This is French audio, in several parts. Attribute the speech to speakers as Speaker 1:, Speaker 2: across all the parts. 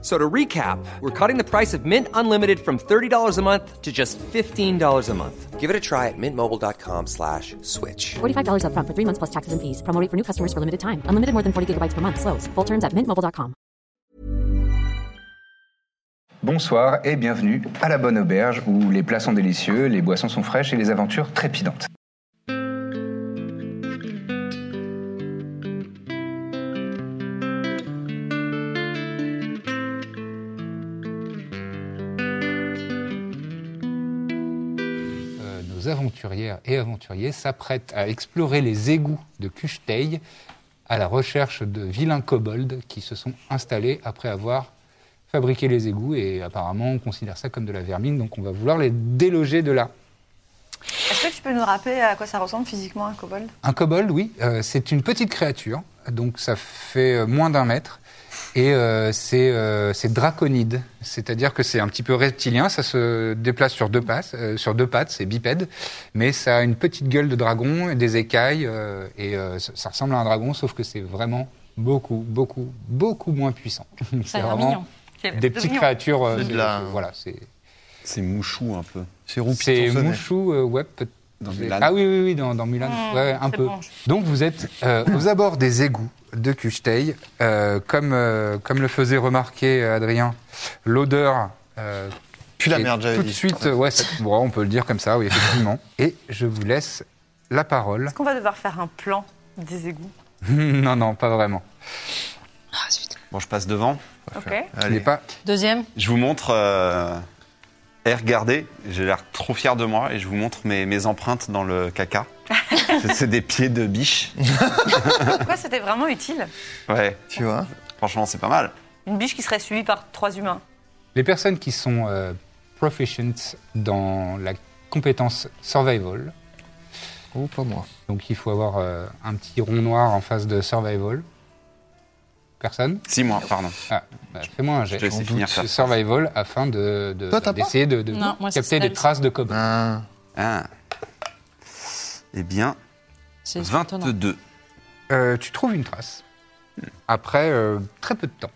Speaker 1: So to recap, we're cutting the price of Mint Unlimited from $30 a month to just $15 a month. Give it a try at mintmobile.com slash switch.
Speaker 2: $45 upfront for three months plus taxes and fees. Promo rate for new customers for limited time. Unlimited more than 40 gigabytes per month. Slows. Full terms at mintmobile.com.
Speaker 3: Bonsoir et bienvenue à la bonne auberge où les plats sont délicieux, les boissons sont fraîches et les aventures trépidantes.
Speaker 4: Euh, nos aventurières et aventuriers s'apprêtent à explorer les égouts de Cucheteil à la recherche de vilains kobolds qui se sont installés après avoir fabriqué les égouts et apparemment on considère ça comme de la vermine donc on va vouloir les déloger de là.
Speaker 5: Est-ce que tu peux nous rappeler à quoi ça ressemble physiquement un kobold
Speaker 4: Un kobold, oui, euh, c'est une petite créature donc ça fait euh, moins d'un mètre et euh, c'est euh, c'est draconide, c'est-à-dire que c'est un petit peu reptilien, ça se déplace sur deux, passes, euh, sur deux pattes, c'est bipède, mais ça a une petite gueule de dragon, et des écailles, euh, et euh, ça, ça ressemble à un dragon, sauf que c'est vraiment beaucoup, beaucoup, beaucoup moins puissant.
Speaker 6: Ça a l'air mignon. C'est
Speaker 4: des petites
Speaker 6: mignon.
Speaker 4: créatures, euh,
Speaker 7: C'est de
Speaker 4: c'est-
Speaker 7: la-
Speaker 4: voilà, c'est
Speaker 7: C'est mouchou un peu. C'est
Speaker 4: c'est mouchou, euh, ouais, peut-
Speaker 7: Dans
Speaker 4: c'est-
Speaker 7: Mulan.
Speaker 4: Ah oui, oui, oui, dans, dans Mulan,
Speaker 6: Mmh,
Speaker 4: ouais, un
Speaker 6: c'est
Speaker 4: peu.
Speaker 6: bon.
Speaker 4: Donc vous êtes euh, aux abords des égouts de Cucheteil. Euh, comme, euh, comme le faisait remarquer euh, Adrien, l'odeur... euh,
Speaker 7: Puis la
Speaker 4: est
Speaker 7: merde, j'avais
Speaker 4: Tout
Speaker 7: dit.
Speaker 4: de suite, euh, ouais, ça- bon, on peut le dire comme ça, oui, effectivement. Et je vous laisse la parole.
Speaker 5: Est-ce qu'on va devoir faire un plan des égouts
Speaker 4: non, non, pas vraiment.
Speaker 7: Bon, je passe devant.
Speaker 5: Ok.
Speaker 4: Je n'ai
Speaker 7: Allez.
Speaker 4: pas...
Speaker 6: Deuxième.
Speaker 7: Je vous montre. euh, Eh, regardez, j'ai l'air trop fier de moi et je vous montre mes, mes empreintes dans le caca. C'est- C'est des pieds de biche.
Speaker 5: Pourquoi c'était vraiment utile
Speaker 7: Ouais,
Speaker 8: Tu vois
Speaker 7: franchement, c'est pas mal.
Speaker 5: Une biche qui serait suivie par trois humains.
Speaker 4: Les personnes qui sont euh, proficient dans la compétence survival,
Speaker 8: Oh, pas moi.
Speaker 4: donc il faut avoir euh, un petit rond noir en face de survival. Personne
Speaker 7: Si, moi, pardon.
Speaker 4: Ah, bah, fais-moi un jet.
Speaker 7: Je te laisse
Speaker 4: En
Speaker 7: finir
Speaker 4: doute,
Speaker 7: faire.
Speaker 4: survival afin de, de-
Speaker 8: Toi, t'as pas
Speaker 4: d'essayer de, de
Speaker 6: Non, moi, c'est
Speaker 4: capter des
Speaker 6: stable.
Speaker 4: traces de cobalt.
Speaker 8: Ah,
Speaker 7: Ah. Eh bien,
Speaker 6: C'est étonnant.
Speaker 7: 22.
Speaker 4: Euh, tu trouves une trace.
Speaker 7: Hmm.
Speaker 4: Après euh, très peu de temps.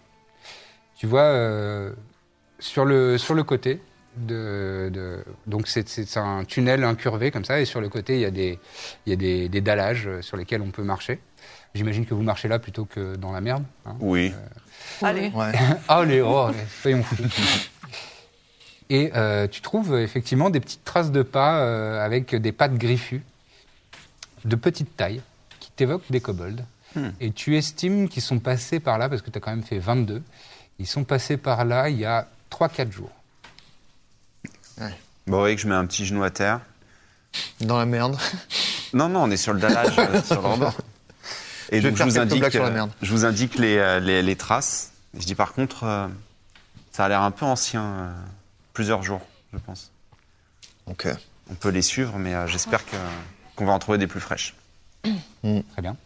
Speaker 4: Tu vois, euh, sur, le, sur le côté, de, de- donc c'est- c'est un tunnel incurvé comme ça, et sur le côté, il y a des, il y a des, des dallages euh, sur lesquels on peut marcher. J'imagine que vous marchez là plutôt que dans la merde. hein.
Speaker 7: Oui.
Speaker 5: Allez.
Speaker 8: ouais.
Speaker 4: Allez, oh, allez, soyons fous. Et euh, tu trouves euh, effectivement des petites traces de pas euh, avec des pattes griffues de petite taille qui t'évoquent des kobolds. Et tu estimes qu'ils sont passés par là, parce que tu as quand même fait 22, ils sont passés par là il y a 3-4 jours.
Speaker 7: Bon, vous voyez que je mets un petit genou à terre.
Speaker 8: Dans la merde.
Speaker 7: Non, non, on est sur le dallage, euh, sur le rebord. Et
Speaker 8: Je vais
Speaker 7: donc, je
Speaker 8: faire
Speaker 7: vous,
Speaker 8: quelques
Speaker 7: indique,
Speaker 8: blagues sur la
Speaker 7: euh,
Speaker 8: merde.
Speaker 7: je vous indique les, euh, les- les traces. Je dis par contre, euh, ça a l'air un peu ancien, euh, plusieurs jours, je pense.
Speaker 8: Ok.
Speaker 7: On peut les suivre, mais euh, j'espère que- qu'on va en trouver des plus fraîches.
Speaker 4: Très bien.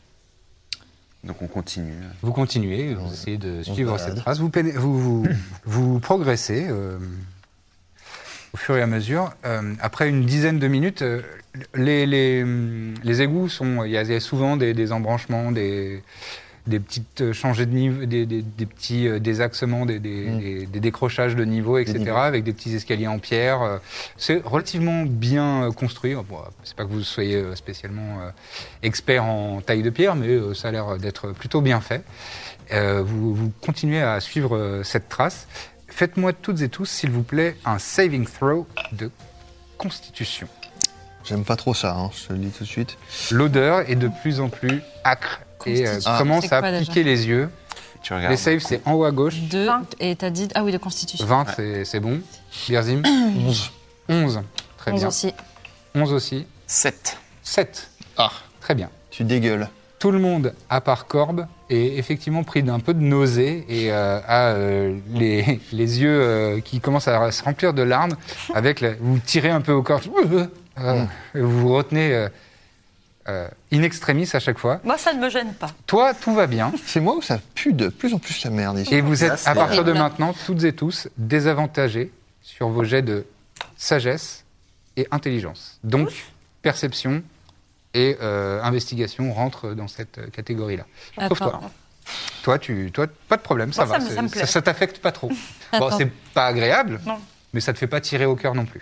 Speaker 7: Donc on continue.
Speaker 4: Vous continuez, vous essayez de suivre
Speaker 8: balade.
Speaker 4: cette trace, vous, péné- vous, vous, vous progressez euh, au fur et à mesure. Euh, après une dizaine de minutes, euh, les, les, hum, les égouts sont. Il y a, il y a souvent des, des embranchements, des, des petites euh, changées de niveau, des, des- des petits euh, désaxements, des, des- des- des décrochages de niveau, etc.,
Speaker 8: Mm. niveaux.
Speaker 4: avec des petits escaliers en pierre. euh, C'est relativement bien euh, construit. Bon, C'est pas que vous soyez euh, spécialement euh, expert en taille de pierre, mais euh, ça a l'air d'être plutôt bien fait. Euh, vous, vous continuez à suivre euh, cette trace. Faites-moi toutes et tous, s'il vous plaît, un saving throw de constitution.
Speaker 8: J'aime pas trop ça, hein, je te le dis tout de suite.
Speaker 4: L'odeur est de plus en plus acre et euh,
Speaker 6: Constitution,
Speaker 4: commence
Speaker 6: Ah. c'est
Speaker 4: à
Speaker 6: quoi, déjà
Speaker 4: piquer les yeux.
Speaker 7: Tu regardes.
Speaker 4: Les saves, c'est en haut à gauche.
Speaker 6: Deux.
Speaker 5: Vingt.
Speaker 6: Et t'as dit. Ah oui, de constitution.
Speaker 4: 20, c'est- c'est bon. Birzim
Speaker 8: 11.
Speaker 4: 11. Très
Speaker 6: Onze
Speaker 4: bien.
Speaker 6: aussi.
Speaker 4: 11 aussi.
Speaker 7: 7.
Speaker 4: 7.
Speaker 8: Ah,
Speaker 4: Très bien.
Speaker 8: tu dégueules.
Speaker 4: Tout le monde, à part Corbe, est effectivement pris d'un peu de nausée et euh, a euh, les, les yeux euh, qui commencent à se remplir de larmes. Avec la- vous tirez un peu au corps, euh, et vous vous retenez. euh, euh, in extremis à chaque fois.
Speaker 9: Moi, ça ne me gêne pas.
Speaker 4: Toi, tout va bien.
Speaker 8: C'est moi où ça pue de plus en plus la merde ici
Speaker 4: Et vous
Speaker 7: Là,
Speaker 4: êtes,
Speaker 7: c'est
Speaker 4: à partir de
Speaker 6: horrible.
Speaker 4: maintenant, toutes et tous, désavantagés sur vos jets de sagesse et intelligence. Donc, perception et euh, investigation rentrent dans cette euh, catégorie-là. Sauf toi.
Speaker 6: D'accord.
Speaker 4: Toi, tu, toi, pas de problème, ça
Speaker 9: Moi, ça
Speaker 4: va.
Speaker 9: me-
Speaker 4: c'est-
Speaker 9: ça me plaît.
Speaker 4: ça t'affecte pas trop. bon,
Speaker 6: D'accord.
Speaker 4: c'est pas agréable,
Speaker 9: Non.
Speaker 4: mais ça te fait pas tirer au cœur non plus.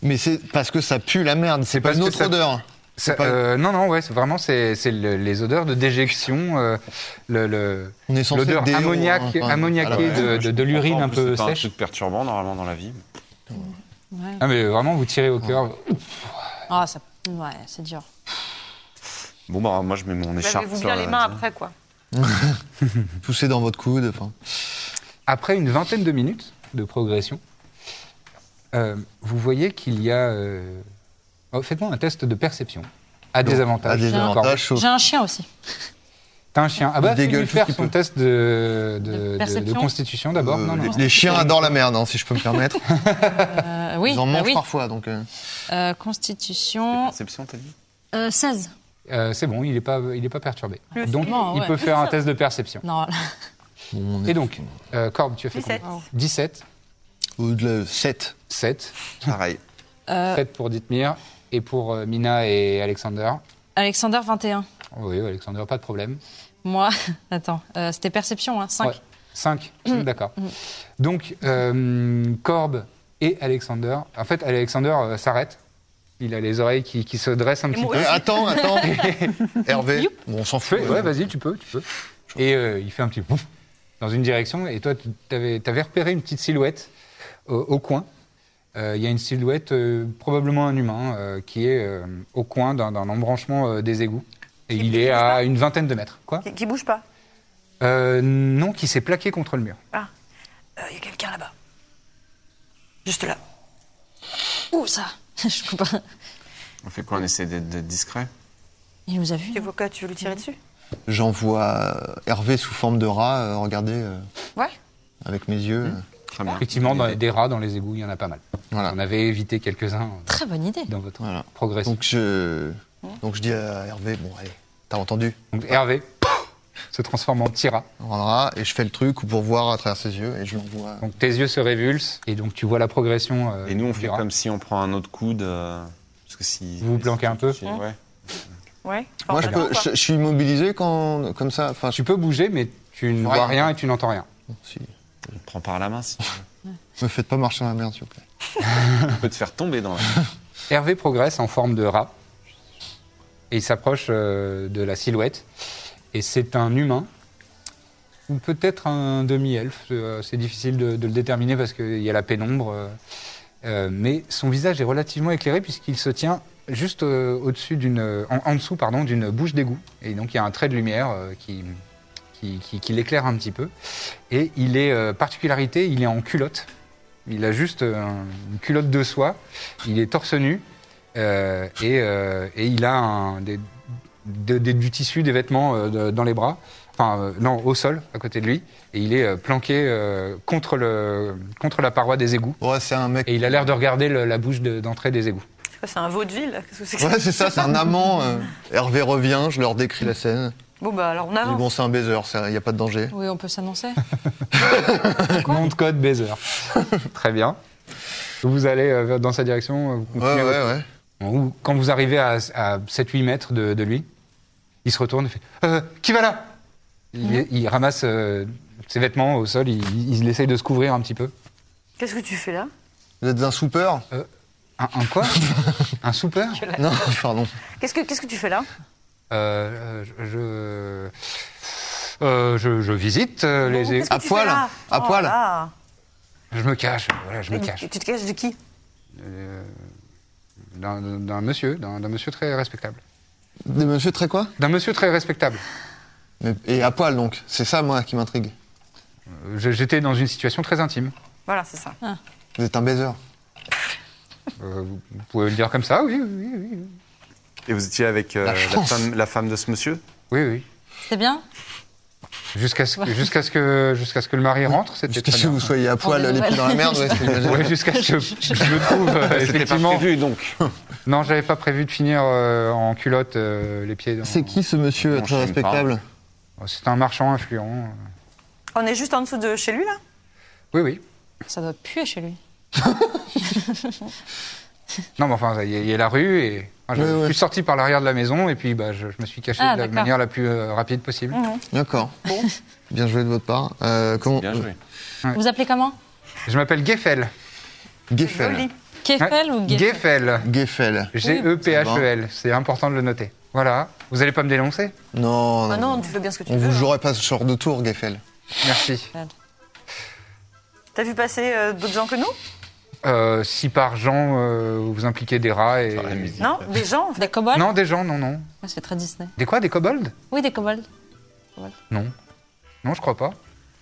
Speaker 8: Mais c'est parce que ça pue la merde, c'est pas
Speaker 4: parce
Speaker 8: une
Speaker 4: que
Speaker 8: autre
Speaker 4: ça-
Speaker 8: odeur.
Speaker 4: Ça-
Speaker 8: pas-
Speaker 4: euh, non, non, ouais, c'est vraiment, c'est c'est le- les odeurs de déjection, euh, le- le-
Speaker 8: On est censé
Speaker 4: l'odeur
Speaker 8: être des héros,
Speaker 4: ammoniac,
Speaker 8: hein, enfin, à
Speaker 4: ammoniaquée
Speaker 8: la
Speaker 4: de,
Speaker 8: base.
Speaker 4: de- de l'urine
Speaker 7: En
Speaker 4: un
Speaker 7: plus,
Speaker 4: peu
Speaker 7: c'est pas
Speaker 4: sèche.
Speaker 7: un truc perturbant normalement dans la vie.
Speaker 6: Ouais.
Speaker 4: Ah, mais vraiment, vous tirez au cœur.
Speaker 6: Ah, ça... ouais, c'est dur.
Speaker 7: Bon, bah, moi, je mets mon écharpe.
Speaker 9: Lavez-vous
Speaker 7: sur
Speaker 9: bien
Speaker 7: la-
Speaker 9: les mains après, quoi.
Speaker 8: Pousser dans votre coude. enfin.
Speaker 4: Après une vingtaine de minutes de progression, euh, vous voyez qu'il y a. euh, oh, Faites-moi un test de perception. À des
Speaker 8: À
Speaker 4: avantages.
Speaker 8: des
Speaker 4: encore.
Speaker 8: avantages. chaud.
Speaker 6: J'ai un chien aussi.
Speaker 4: T'as un chien. Ah bah,
Speaker 8: Il
Speaker 4: fais
Speaker 8: dégueule
Speaker 4: lui
Speaker 8: tout
Speaker 4: faire
Speaker 8: ce qu'il
Speaker 4: son
Speaker 8: peut.
Speaker 4: test de, de- de- de
Speaker 6: perception
Speaker 4: constitution d'abord.
Speaker 8: Euh,
Speaker 4: non, non.
Speaker 8: les- Les chiens adorent la merde, hein, si je peux me permettre.
Speaker 6: Euh, oui,
Speaker 8: Ils en
Speaker 6: bah
Speaker 8: mangent
Speaker 6: oui.
Speaker 8: parfois, donc. euh,
Speaker 6: Euh, constitution.
Speaker 7: Perception, t'as dit
Speaker 6: Euh, 16.
Speaker 4: Euh, c'est bon, il n'est pas, il est pas perturbé. Donc,
Speaker 6: Ah, bon,
Speaker 4: il
Speaker 6: ouais.
Speaker 4: peut faire un test de perception.
Speaker 6: Non,
Speaker 8: bon, on est
Speaker 4: Et donc, euh, Corbe, tu as fait
Speaker 5: 17.
Speaker 4: combien 17,
Speaker 8: au-delà 7.
Speaker 4: 7,
Speaker 7: Pareil.
Speaker 6: Euh,
Speaker 4: 7 pour Dithmir et pour euh, Mina et Alexander.
Speaker 6: Alexander, 21.
Speaker 4: Oui, Alexander, pas de problème.
Speaker 6: Moi, attends, euh, c'était perception, hein, 5.
Speaker 4: 5,
Speaker 6: Mm.
Speaker 4: d'accord. Donc, euh, Corbe et Alexander. En fait, Alexander euh, s'arrête. Il a les oreilles qui, qui se dressent un petit peu.
Speaker 8: Euh, attends, attends. Hervé, bon, on s'en fout.
Speaker 4: Fais-
Speaker 8: euh,
Speaker 4: ouais, vas-y, tu peux, tu peux. Et euh, il fait un petit pouf dans une direction. Et toi, tu avais, repéré une petite silhouette au, au coin. Euh, Il y a une silhouette, euh, probablement un humain, euh, qui est euh, au coin d'un d'un embranchement euh, des égouts. Et il est à une vingtaine de mètres. Quoi
Speaker 5: Qui, qui bouge pas.
Speaker 4: Euh, Non, qui s'est plaqué contre le mur.
Speaker 5: Ah, il y a quelqu'un là-bas. Juste là.
Speaker 6: Ouh, ça Je comprends pas.
Speaker 7: On fait quoi On essaie d'être d'être discret
Speaker 6: Il nous a vus.
Speaker 5: Tu veux quoi Tu veux lui tirer dessus
Speaker 8: J'envoie euh, Hervé sous forme de rat, euh, regardez, euh,
Speaker 9: Ouais.
Speaker 8: avec mes yeux. euh,
Speaker 7: Très bien.
Speaker 4: Effectivement, dans-
Speaker 7: Idée.
Speaker 4: des rats dans les égouts, il y en a pas mal.
Speaker 8: Voilà.
Speaker 7: Ah.
Speaker 4: On avait évité quelques-uns euh,
Speaker 6: Très bonne idée.
Speaker 4: dans votre
Speaker 8: Voilà.
Speaker 4: progression.
Speaker 8: Donc je, donc je dis à Hervé, bon allez, t'as entendu
Speaker 4: Donc, Hervé se transforme en petit rat.
Speaker 8: On rendra et je fais le truc pour voir à travers ses yeux et je l'envoie.
Speaker 4: Donc tes yeux se révulsent et donc tu vois la progression. euh,
Speaker 7: Et nous, on
Speaker 4: du
Speaker 7: fait
Speaker 4: rat.
Speaker 7: comme si on prend un autre coude. euh, parce que si.
Speaker 4: Vous vous planquez un peu
Speaker 7: si- Ouais.
Speaker 5: Ouais.
Speaker 8: Moi,
Speaker 5: Enfin,
Speaker 8: je, peux-
Speaker 5: quoi.
Speaker 8: je, je suis immobilisé quand, comme ça. Enfin, je
Speaker 4: Tu peux bouger, mais tu ne
Speaker 8: Ouais.
Speaker 4: vois rien et tu n'entends rien.
Speaker 8: si.
Speaker 7: On te prend par la main si tu veux.
Speaker 8: Me faites pas marcher dans la merde, s'il vous plaît.
Speaker 7: On peut te faire tomber dans la.
Speaker 4: Hervé progresse en forme de rat et il s'approche euh, de la silhouette. Et c'est un humain ou peut-être un demi-elfe. euh, c'est difficile de, de le déterminer parce qu'il y a la pénombre. euh, euh, mais son visage est relativement éclairé puisqu'il se tient juste euh, au-dessus d'une, en, en dessous pardon, d'une bouche d'égout. Et donc il y a un trait de lumière euh, qui, qui, qui- qui l'éclaire un petit peu. Et il est euh, particularité, il est en culotte. Il a juste euh, un- une culotte de soie. Il est torse nu euh, et, euh, et il a un- des- de- des- du tissu, des vêtements euh, de- dans les bras. Enfin, euh, non, au sol, à côté de lui. Et il est euh, planqué euh, contre, le, contre la paroi des égouts.
Speaker 8: Ouais, c'est un mec.
Speaker 4: Et il a l'air de regarder le- la bouche de- d'entrée des égouts.
Speaker 5: C'est quoi, C'est un vaudeville Qu'est-ce que c'est que
Speaker 8: Ouais, c'est ça, c'est un amant. euh. Hervé revient, je leur décris la scène.
Speaker 5: Bon, bah alors on
Speaker 8: Je dis,
Speaker 5: avance.
Speaker 8: bon, c'est un baiser, il n'y a pas de danger.
Speaker 6: Oui, on peut s'annoncer.
Speaker 4: Monde code baiser. Très bien. Vous allez euh, dans sa direction, euh, vous
Speaker 8: Ouais,
Speaker 4: continuez
Speaker 8: ouais,
Speaker 4: votre-
Speaker 8: ouais.
Speaker 4: Ou quand vous arrivez à, à 7-8 mètres de, de lui, il se retourne et fait Euh, Qui va là il, il ramasse euh, ses vêtements au sol, il, il essaye de se couvrir un petit peu.
Speaker 5: Qu'est-ce que tu fais là
Speaker 8: Vous êtes un soupeur
Speaker 4: Un, un quoi Un soupeur
Speaker 8: Non, pardon.
Speaker 5: Qu'est-ce que Qu'est-ce que tu fais là
Speaker 4: Euh, euh, je, je- euh, je- je visite euh,
Speaker 5: Bon,
Speaker 4: les.
Speaker 5: qu'est-ce que
Speaker 8: à
Speaker 5: tu fais
Speaker 8: poil, hein.
Speaker 5: là
Speaker 8: à
Speaker 5: Oh
Speaker 8: poil.
Speaker 5: là.
Speaker 4: Je me cache, voilà, je me
Speaker 5: Et
Speaker 4: cache.
Speaker 5: Tu tu te caches de qui
Speaker 4: Euh, d'un- D'un monsieur, d'un d'un monsieur très respectable.
Speaker 8: Des monsieur très quoi
Speaker 4: D'un monsieur très respectable.
Speaker 8: Mais- Et à poil, donc. C'est ça, moi, qui m'intrigue.
Speaker 4: Euh, je- J'étais dans une situation très intime.
Speaker 5: Voilà, c'est ça.
Speaker 8: Vous êtes un baiser.
Speaker 4: Euh, vous vous pouvez le dire comme ça, oui, oui, oui. Oui,
Speaker 7: Et vous étiez avec euh,
Speaker 8: La
Speaker 7: la,
Speaker 8: chance.
Speaker 7: femme, la femme de ce monsieur
Speaker 4: oui. oui.
Speaker 6: C'était bien
Speaker 4: Jusqu'à ce, jusqu'à ce, que- jusqu'à ce que le mari rentre, c'était
Speaker 8: Jusqu'à
Speaker 4: très
Speaker 8: ce que
Speaker 4: bien.
Speaker 8: vous soyez à poil, les pieds dans la merde, ouais, c'est Bah,
Speaker 4: Ouais, jusqu'à ce que je me trouve euh,
Speaker 7: C'était pas
Speaker 4: effectivement
Speaker 7: prévu donc.
Speaker 4: Non, j'avais pas prévu de finir euh, en culotte euh, les pieds. dans- Oh,
Speaker 8: C'est qui ce monsieur
Speaker 7: Non, je
Speaker 8: très
Speaker 7: sais pas.
Speaker 8: respectable
Speaker 4: C'est un marchand influent.
Speaker 5: On est juste en dessous de chez lui, là
Speaker 4: Oui, oui.
Speaker 6: Ça doit puer chez lui.
Speaker 4: Non, mais enfin, il y, a- il y a la rue et moi, je
Speaker 8: Ouais, ouais.
Speaker 4: suis sorti par l'arrière de la maison et puis bah, je, je me suis caché
Speaker 6: Ah,
Speaker 4: de la
Speaker 6: d'accord.
Speaker 4: manière la plus euh, rapide possible.
Speaker 8: D'accord. Bien joué de votre part. Euh, comment...
Speaker 7: Bien joué.
Speaker 6: Vous appelez comment
Speaker 4: Je m'appelle Geffel.
Speaker 8: Geffel.
Speaker 5: Joli.
Speaker 6: Keffel
Speaker 4: Ouais. E
Speaker 6: ou Geffel
Speaker 8: Geffel.
Speaker 4: G-E-P-H-E-L. C'est important de le noter. Voilà. Vous allez pas me dénoncer
Speaker 8: Non,
Speaker 5: Ah
Speaker 8: non.
Speaker 5: non, tu fais bien ce que tu
Speaker 8: On
Speaker 5: veux.
Speaker 8: vous
Speaker 5: hein.
Speaker 8: jouerait pas ce genre de tour, Geffel.
Speaker 4: Merci.
Speaker 5: T'as vu passer euh, d'autres gens que nous
Speaker 4: Euh, si par gens euh, vous impliquez des rats et.
Speaker 7: la musique.
Speaker 5: Non Des gens en fait.
Speaker 6: Des kobolds
Speaker 4: Non, des gens, non, non.
Speaker 6: Ouais, C'est très Disney.
Speaker 4: Des quoi Des kobolds
Speaker 6: Oui, des kobolds.
Speaker 4: Non. Non, je crois pas.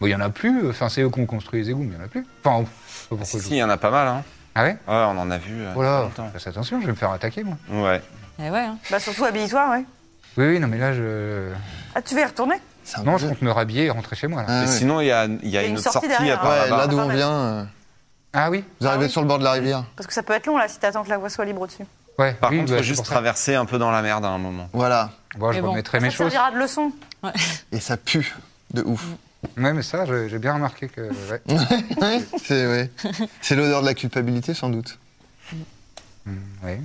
Speaker 4: Bon, il y en a plus. euh, Enfin, c'est eux qui ont construit les égouts, mais il y en a plus. Enfin, je sais pas pourquoi
Speaker 7: Si,
Speaker 4: je-
Speaker 7: si, il y en a pas mal. Hein.
Speaker 4: Ah ouais
Speaker 7: Ouais, on en a vu. euh,
Speaker 4: Oh là,
Speaker 7: il y a longtemps.
Speaker 4: Fais attention, je vais me faire attaquer, moi.
Speaker 7: Ouais.
Speaker 6: Eh ouais. hein.
Speaker 5: Bah surtout habille-toi, ouais.
Speaker 4: Oui, oui, non, mais là, je.
Speaker 5: Ah, tu vas y retourner
Speaker 8: C'est un
Speaker 4: Non, je
Speaker 8: jeu.
Speaker 4: compte me rhabiller et rentrer chez moi, là.
Speaker 8: Ah,
Speaker 7: Mais
Speaker 8: ouais.
Speaker 7: sinon, il y a, il y a une, autre sortie, à
Speaker 5: derrière,
Speaker 7: part
Speaker 5: hein.
Speaker 8: Ouais,
Speaker 7: là-bas.
Speaker 8: là d'où
Speaker 5: Ah,
Speaker 8: on
Speaker 5: bah.
Speaker 8: vient, euh,
Speaker 4: Ah oui
Speaker 8: vous arrivez
Speaker 5: oui.
Speaker 8: sur le bord de la rivière.
Speaker 5: Parce que ça peut être long, là, si t'attends que la voie soit libre au-dessus.
Speaker 4: Ouais,
Speaker 7: Par
Speaker 4: oui,
Speaker 7: contre,
Speaker 4: bah,
Speaker 7: faut
Speaker 4: c'est
Speaker 7: juste
Speaker 4: pour ça.
Speaker 7: traverser un peu dans la merde à un moment.
Speaker 8: Voilà.
Speaker 4: Bon, je
Speaker 6: Mais bon,
Speaker 4: remettrai
Speaker 5: Ça
Speaker 4: mes
Speaker 5: te
Speaker 4: choses.
Speaker 5: servira de leçon.
Speaker 8: Et ça pue de ouf.
Speaker 4: Ouais, mais ça, je- j'ai bien remarqué que. ouais.
Speaker 8: Ouais, c'est ouais. C'est l'odeur de la culpabilité, sans doute.
Speaker 4: Ouais, ouais, ouais.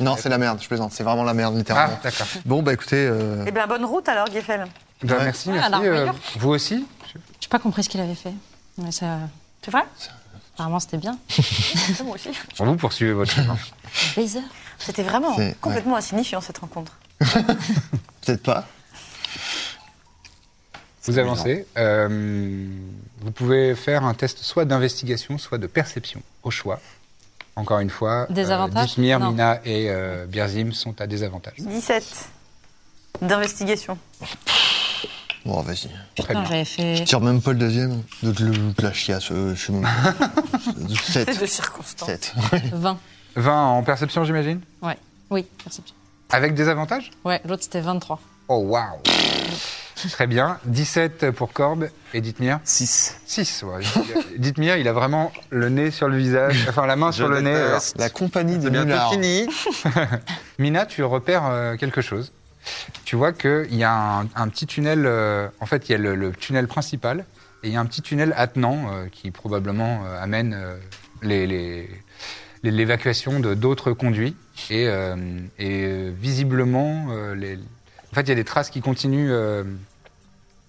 Speaker 8: Non, c'est la merde, je plaisante. C'est vraiment la merde, littéralement.
Speaker 4: Ah, d'accord.
Speaker 8: Bon, bah écoutez, euh,
Speaker 5: Eh bien, bonne route alors, Geffel.
Speaker 4: Bah,
Speaker 8: Ouais.
Speaker 4: Merci,
Speaker 6: Ouais,
Speaker 4: merci.
Speaker 6: alors,
Speaker 4: euh,
Speaker 6: meilleur.
Speaker 4: vous aussi
Speaker 6: J'ai pas compris ce qu'il avait fait. Mais ça.
Speaker 5: C'est vrai
Speaker 6: Apparemment, c'était bien.
Speaker 5: Moi aussi.
Speaker 4: Vous poursuivez votre chemin.
Speaker 6: Laser.
Speaker 5: C'était vraiment
Speaker 8: C'est-
Speaker 5: complètement insignifiant cette rencontre.
Speaker 8: peut-être pas.
Speaker 4: Vous avancez. euh, vous pouvez faire un test soit d'investigation, soit de perception, au choix. Encore une fois,
Speaker 6: Des
Speaker 4: euh,
Speaker 6: avantages
Speaker 4: Dithmir,
Speaker 6: Non.
Speaker 4: Mina et euh, Birzim sont à désavantage.
Speaker 5: 17 d'investigation.
Speaker 8: Bon, vas-y.
Speaker 4: Très
Speaker 6: Non,
Speaker 4: bien.
Speaker 6: j'avais fait.
Speaker 8: Je tire même pas le deuxième. De, de- de la chiasse, euh, je suis même.
Speaker 5: C'est
Speaker 8: 7.
Speaker 5: de circonstances.
Speaker 8: 7.
Speaker 6: 20.
Speaker 4: 20 en perception, j'imagine
Speaker 6: Ouais. Oui, perception.
Speaker 4: Avec des avantages
Speaker 6: Ouais, l'autre c'était 23.
Speaker 4: Oh, waouh Très bien. 17 pour Corbe et Dithmir
Speaker 7: 6.
Speaker 4: 6. Ouais. Dithmir, il a vraiment le nez sur le visage, enfin la main sur le nez. euh,
Speaker 8: La compagnie des
Speaker 7: C'est bientôt
Speaker 8: mullards.
Speaker 7: fini.
Speaker 4: Mina, tu repères euh, quelque chose. Tu vois qu'il y a un, un petit tunnel, euh, en fait, il y a le, le tunnel principal, et il y a un petit tunnel attenant euh, qui probablement euh, amène euh, les- les- les- l'évacuation de d'autres conduits. Et, euh, et, euh, visiblement, euh, les- en fait, il y a des traces qui continuent. euh,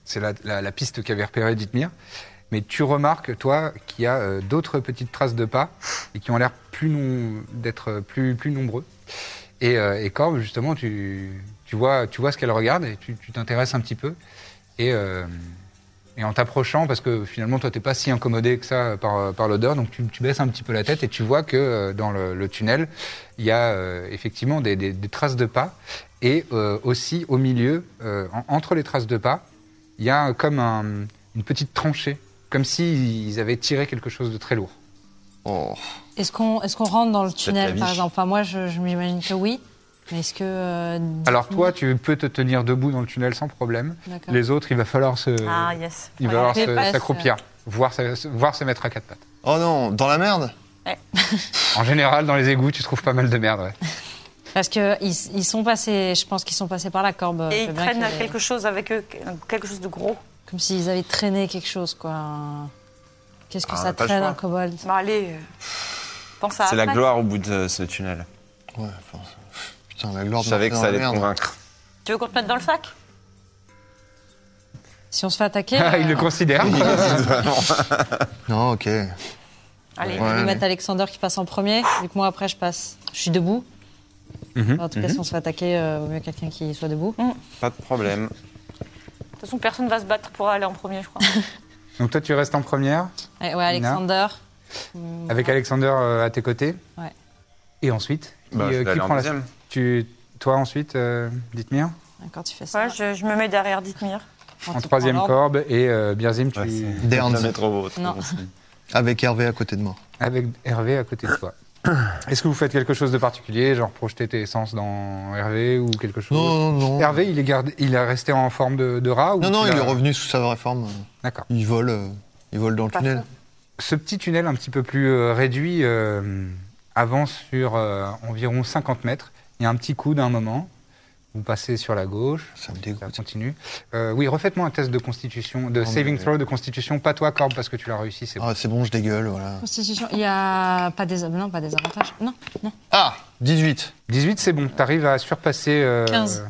Speaker 4: C'est la, la- la piste qu'avait repérée Dithmir. Mais tu remarques, toi, qu'il y a euh, d'autres petites traces de pas et qui ont l'air plus non- d'être euh, plus, plus nombreux. Et, euh, et Corbe, justement, tu, tu, vois, tu vois ce qu'elle regarde et tu tu t'intéresses un petit peu. Et, euh, et en t'approchant, parce que finalement, toi, t'es pas si incommodé que ça par, euh, par l'odeur, donc tu, tu baisses un petit peu la tête et tu vois que euh, dans le, le tunnel, il y a euh, effectivement des, des- des traces de pas. Et euh, aussi, au milieu, euh, en- entre les traces de pas, il y a comme un- une petite tranchée, comme s'ils avaient tiré quelque chose de très lourd.
Speaker 8: Oh.
Speaker 6: Est-ce qu'on est qu'on rentre dans le
Speaker 7: la
Speaker 6: tunnel par
Speaker 7: vie.
Speaker 6: exemple Enfin, moi je, je m'imagine que oui. Mais est-ce que. euh,
Speaker 4: Alors toi, tu peux te tenir debout dans le tunnel sans problème.
Speaker 6: D'accord.
Speaker 4: Les autres, il va falloir se,
Speaker 5: Ah, yes.
Speaker 4: euh, il va falloir
Speaker 6: les
Speaker 4: se-
Speaker 6: passes.
Speaker 4: s'accroupir, voire, se- voire se mettre à quatre pattes.
Speaker 8: Oh non, dans la merde
Speaker 4: En général, dans les égouts, tu trouves pas mal de merde. ouais.
Speaker 6: Parce que ils, ils sont passés, je pense qu'ils sont passés par la corbe.
Speaker 5: Et
Speaker 6: Je
Speaker 5: ils
Speaker 6: veux bien
Speaker 5: traînent
Speaker 6: qu'il y ait-
Speaker 5: quelque chose avec eux, quelque chose de gros.
Speaker 6: Comme s'ils avaient traîné quelque chose, quoi. Qu'est-ce que
Speaker 7: Ah,
Speaker 6: ça
Speaker 7: pas le
Speaker 6: traîne
Speaker 7: choix.
Speaker 6: un kobold
Speaker 5: Bah, allez, euh, pense à.
Speaker 7: C'est la
Speaker 5: après.
Speaker 7: gloire au bout de ce tunnel.
Speaker 8: Ouais, enfin, putain, la gloire
Speaker 7: Je savais
Speaker 8: de
Speaker 7: que
Speaker 8: dans
Speaker 7: ça
Speaker 8: la
Speaker 7: allait te
Speaker 8: merde.
Speaker 7: convaincre.
Speaker 5: Tu veux qu'on te mette dans le sac
Speaker 6: Si on se fait attaquer,
Speaker 4: Ah,
Speaker 6: euh,
Speaker 4: il le considère.
Speaker 8: Non, ok.
Speaker 5: Allez.
Speaker 6: je vais
Speaker 8: Ouais.
Speaker 6: mettre Alexander qui passe en premier, vu que moi après je passe. Je suis debout.
Speaker 4: Mhm,
Speaker 6: En tout cas, si on se fait attaquer, euh, vaut mieux quelqu'un qui soit debout.
Speaker 7: Pas de
Speaker 5: De
Speaker 7: problème.
Speaker 5: toute façon, personne va se battre pour aller en premier, je crois.
Speaker 4: Donc toi, tu restes en première
Speaker 6: Eh, Ouais, ouais, Alexander.
Speaker 4: avec Alexander euh, à tes côtés.
Speaker 6: Ouais.
Speaker 4: Et ensuite, qui,
Speaker 7: Bah, je
Speaker 4: euh,
Speaker 7: vais
Speaker 4: qui
Speaker 7: aller en
Speaker 4: prend la
Speaker 7: deuxième.
Speaker 4: Tu, toi ensuite, euh, Dithmir,
Speaker 6: Quand tu fais ça.
Speaker 5: Ouais, je, je me mets derrière Dithmir.
Speaker 6: on te
Speaker 4: en
Speaker 6: prend
Speaker 4: troisième
Speaker 6: l'ordre.
Speaker 4: corbe et euh, Birzim, tu
Speaker 7: Ouais, c'est-
Speaker 8: Derns.
Speaker 7: Je vais la mettre au-
Speaker 6: Non.
Speaker 8: Avec Hervé à côté de moi.
Speaker 4: avec Hervé à côté de toi. Est-ce que vous faites quelque chose de particulier, genre projeter tes essences dans Hervé ou quelque chose
Speaker 8: Non, non, non.
Speaker 4: Hervé, il est, gardé, il est resté en forme de, de rat ou
Speaker 8: Non, non,
Speaker 4: tu
Speaker 8: il est
Speaker 4: l'as-
Speaker 8: revenu sous sa vraie forme.
Speaker 4: D'accord.
Speaker 8: Il vole, euh, il vole dans le
Speaker 5: Pas
Speaker 8: tunnel.
Speaker 4: Ce petit tunnel un petit peu plus euh, réduit, euh, avance sur euh, environ 50 mètres. Il y a un petit coup d'un moment. Vous passez sur la gauche.
Speaker 8: Ça me
Speaker 4: Ça
Speaker 8: dégoûte.
Speaker 4: continue. Euh, oui, refaites-moi un test de constitution, de
Speaker 8: Oh,
Speaker 4: saving
Speaker 8: mais-
Speaker 4: throw de constitution. Pas toi, Corbe, parce que tu l'as réussi, c'est bon.
Speaker 8: Ah, c'est bon, je dégueule, voilà.
Speaker 6: Constitution, il y a pas des non, pas des avantages. Non, non.
Speaker 8: Ah 18
Speaker 4: 18, c'est bon. T'arrives à surpasser. euh,
Speaker 6: 15.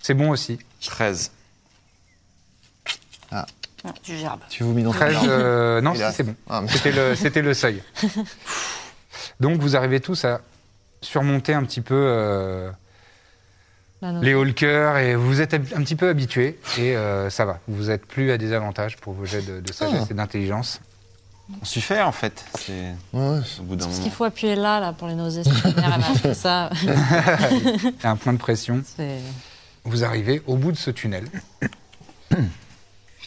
Speaker 4: C'est bon aussi.
Speaker 7: 13.
Speaker 5: Non, Tu gerbes.
Speaker 8: Tu vomis dans ton
Speaker 4: 13,
Speaker 8: jardin.
Speaker 4: euh, non,
Speaker 8: Et
Speaker 4: si,
Speaker 8: là-
Speaker 4: c'est bon.
Speaker 8: Ah, mais-
Speaker 4: C'était le, c'était le seuil. Donc vous arrivez tous à surmonter un petit peu euh,
Speaker 6: Là, non.
Speaker 4: les hauts et vous êtes hab- un petit peu habitués et euh, ça va. Vous êtes plus à des avantages pour vos jets de, de sagesse et d'intelligence.
Speaker 7: On s'y fait en fait. C'est
Speaker 8: Ouais,
Speaker 7: au bout d'un
Speaker 6: Parce
Speaker 7: moment.
Speaker 6: qu'il faut appuyer là, là, pour les nausées. si ma mère, elle m'a fait ça.
Speaker 4: Et un point de pression.
Speaker 6: C'est-
Speaker 4: Vous arrivez au bout de ce tunnel.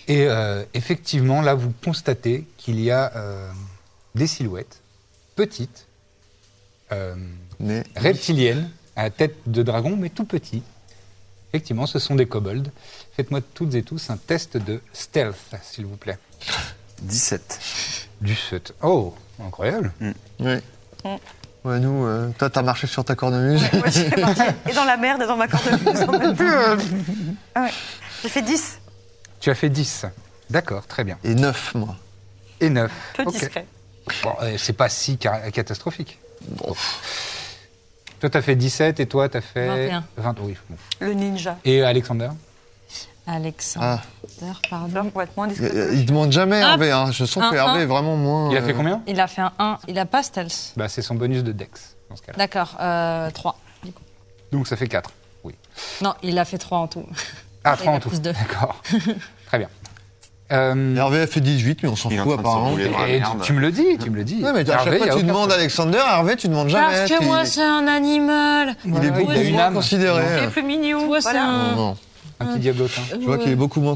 Speaker 4: Et euh, effectivement, là, vous constatez qu'il y a euh, des silhouettes petites, euh,
Speaker 8: mais...
Speaker 4: reptiliennes, à tête de dragon, mais tout petit. Effectivement, ce sont des kobolds. Faites-moi toutes et tous un test de stealth, s'il vous plaît.
Speaker 7: 17.
Speaker 4: Du seut. Oh, incroyable.
Speaker 8: Ouais. Ouais, nous, euh, toi, t'as marché sur ta cornemuse.
Speaker 5: Moi, j'ai parti. Et dans la merde, et dans ma corde en même temps. Ah ouais. J'ai fait 10.
Speaker 4: Tu as fait 10. D'accord, très bien.
Speaker 8: Et 9, moi.
Speaker 4: Et 9.
Speaker 5: Peu discret.
Speaker 4: Bon, euh, c'est pas si ca- catastrophique. Toi, t'as fait 17 et toi, t'as fait.
Speaker 6: 21.
Speaker 4: 20, oui, bon.
Speaker 5: Le ninja.
Speaker 4: Et Alexander
Speaker 6: Alexander,
Speaker 8: Ah.
Speaker 6: pardon.
Speaker 5: Alors qu'on va être moins discret.
Speaker 8: Euh, Il demande jamais
Speaker 6: Ah.
Speaker 8: Hervé, hein. Je sens
Speaker 6: Un,
Speaker 8: que Hervé
Speaker 6: un.
Speaker 8: est vraiment moins...
Speaker 4: Il a
Speaker 8: euh,
Speaker 4: fait combien
Speaker 6: Il a fait un 1. Il a pas stealth.
Speaker 4: Bah, c'est son bonus de Dex, dans ce cas-là.
Speaker 6: D'accord, euh, 3.
Speaker 4: Donc, ça fait 4. Oui.
Speaker 6: Non, il a fait 3 en tout.
Speaker 4: Ah,
Speaker 6: Il
Speaker 4: 3
Speaker 6: a
Speaker 4: en tout.
Speaker 6: plus deux.
Speaker 4: D'accord. Très bien. Euh,
Speaker 8: Hervé a fait 18, mais on s'en
Speaker 7: Il est en
Speaker 8: fout
Speaker 7: train de se
Speaker 8: apparemment.
Speaker 7: rouler.
Speaker 8: Ouais,
Speaker 7: Ah,
Speaker 4: et tu,
Speaker 7: merde.
Speaker 4: tu me le dis, tu me le dis.
Speaker 8: mais à
Speaker 4: Hervé,
Speaker 8: chaque
Speaker 4: y a
Speaker 8: fois, tu
Speaker 4: aucun
Speaker 8: demandes
Speaker 4: problème.
Speaker 8: Alexander, Hervé, tu demandes jamais.
Speaker 6: Parce que
Speaker 8: t'es-
Speaker 6: moi, c'est un animal.
Speaker 8: Il est
Speaker 4: Voilà,
Speaker 8: beaucoup
Speaker 4: il a une
Speaker 8: moins
Speaker 4: âme.
Speaker 5: Il est
Speaker 8: considéré.
Speaker 5: plus mignon.
Speaker 6: Toi, c'est
Speaker 5: voilà.
Speaker 6: un-
Speaker 8: Non, non.
Speaker 4: Un
Speaker 6: Hein.
Speaker 4: petit diablotin.
Speaker 8: Tu vois qu'il est beaucoup moins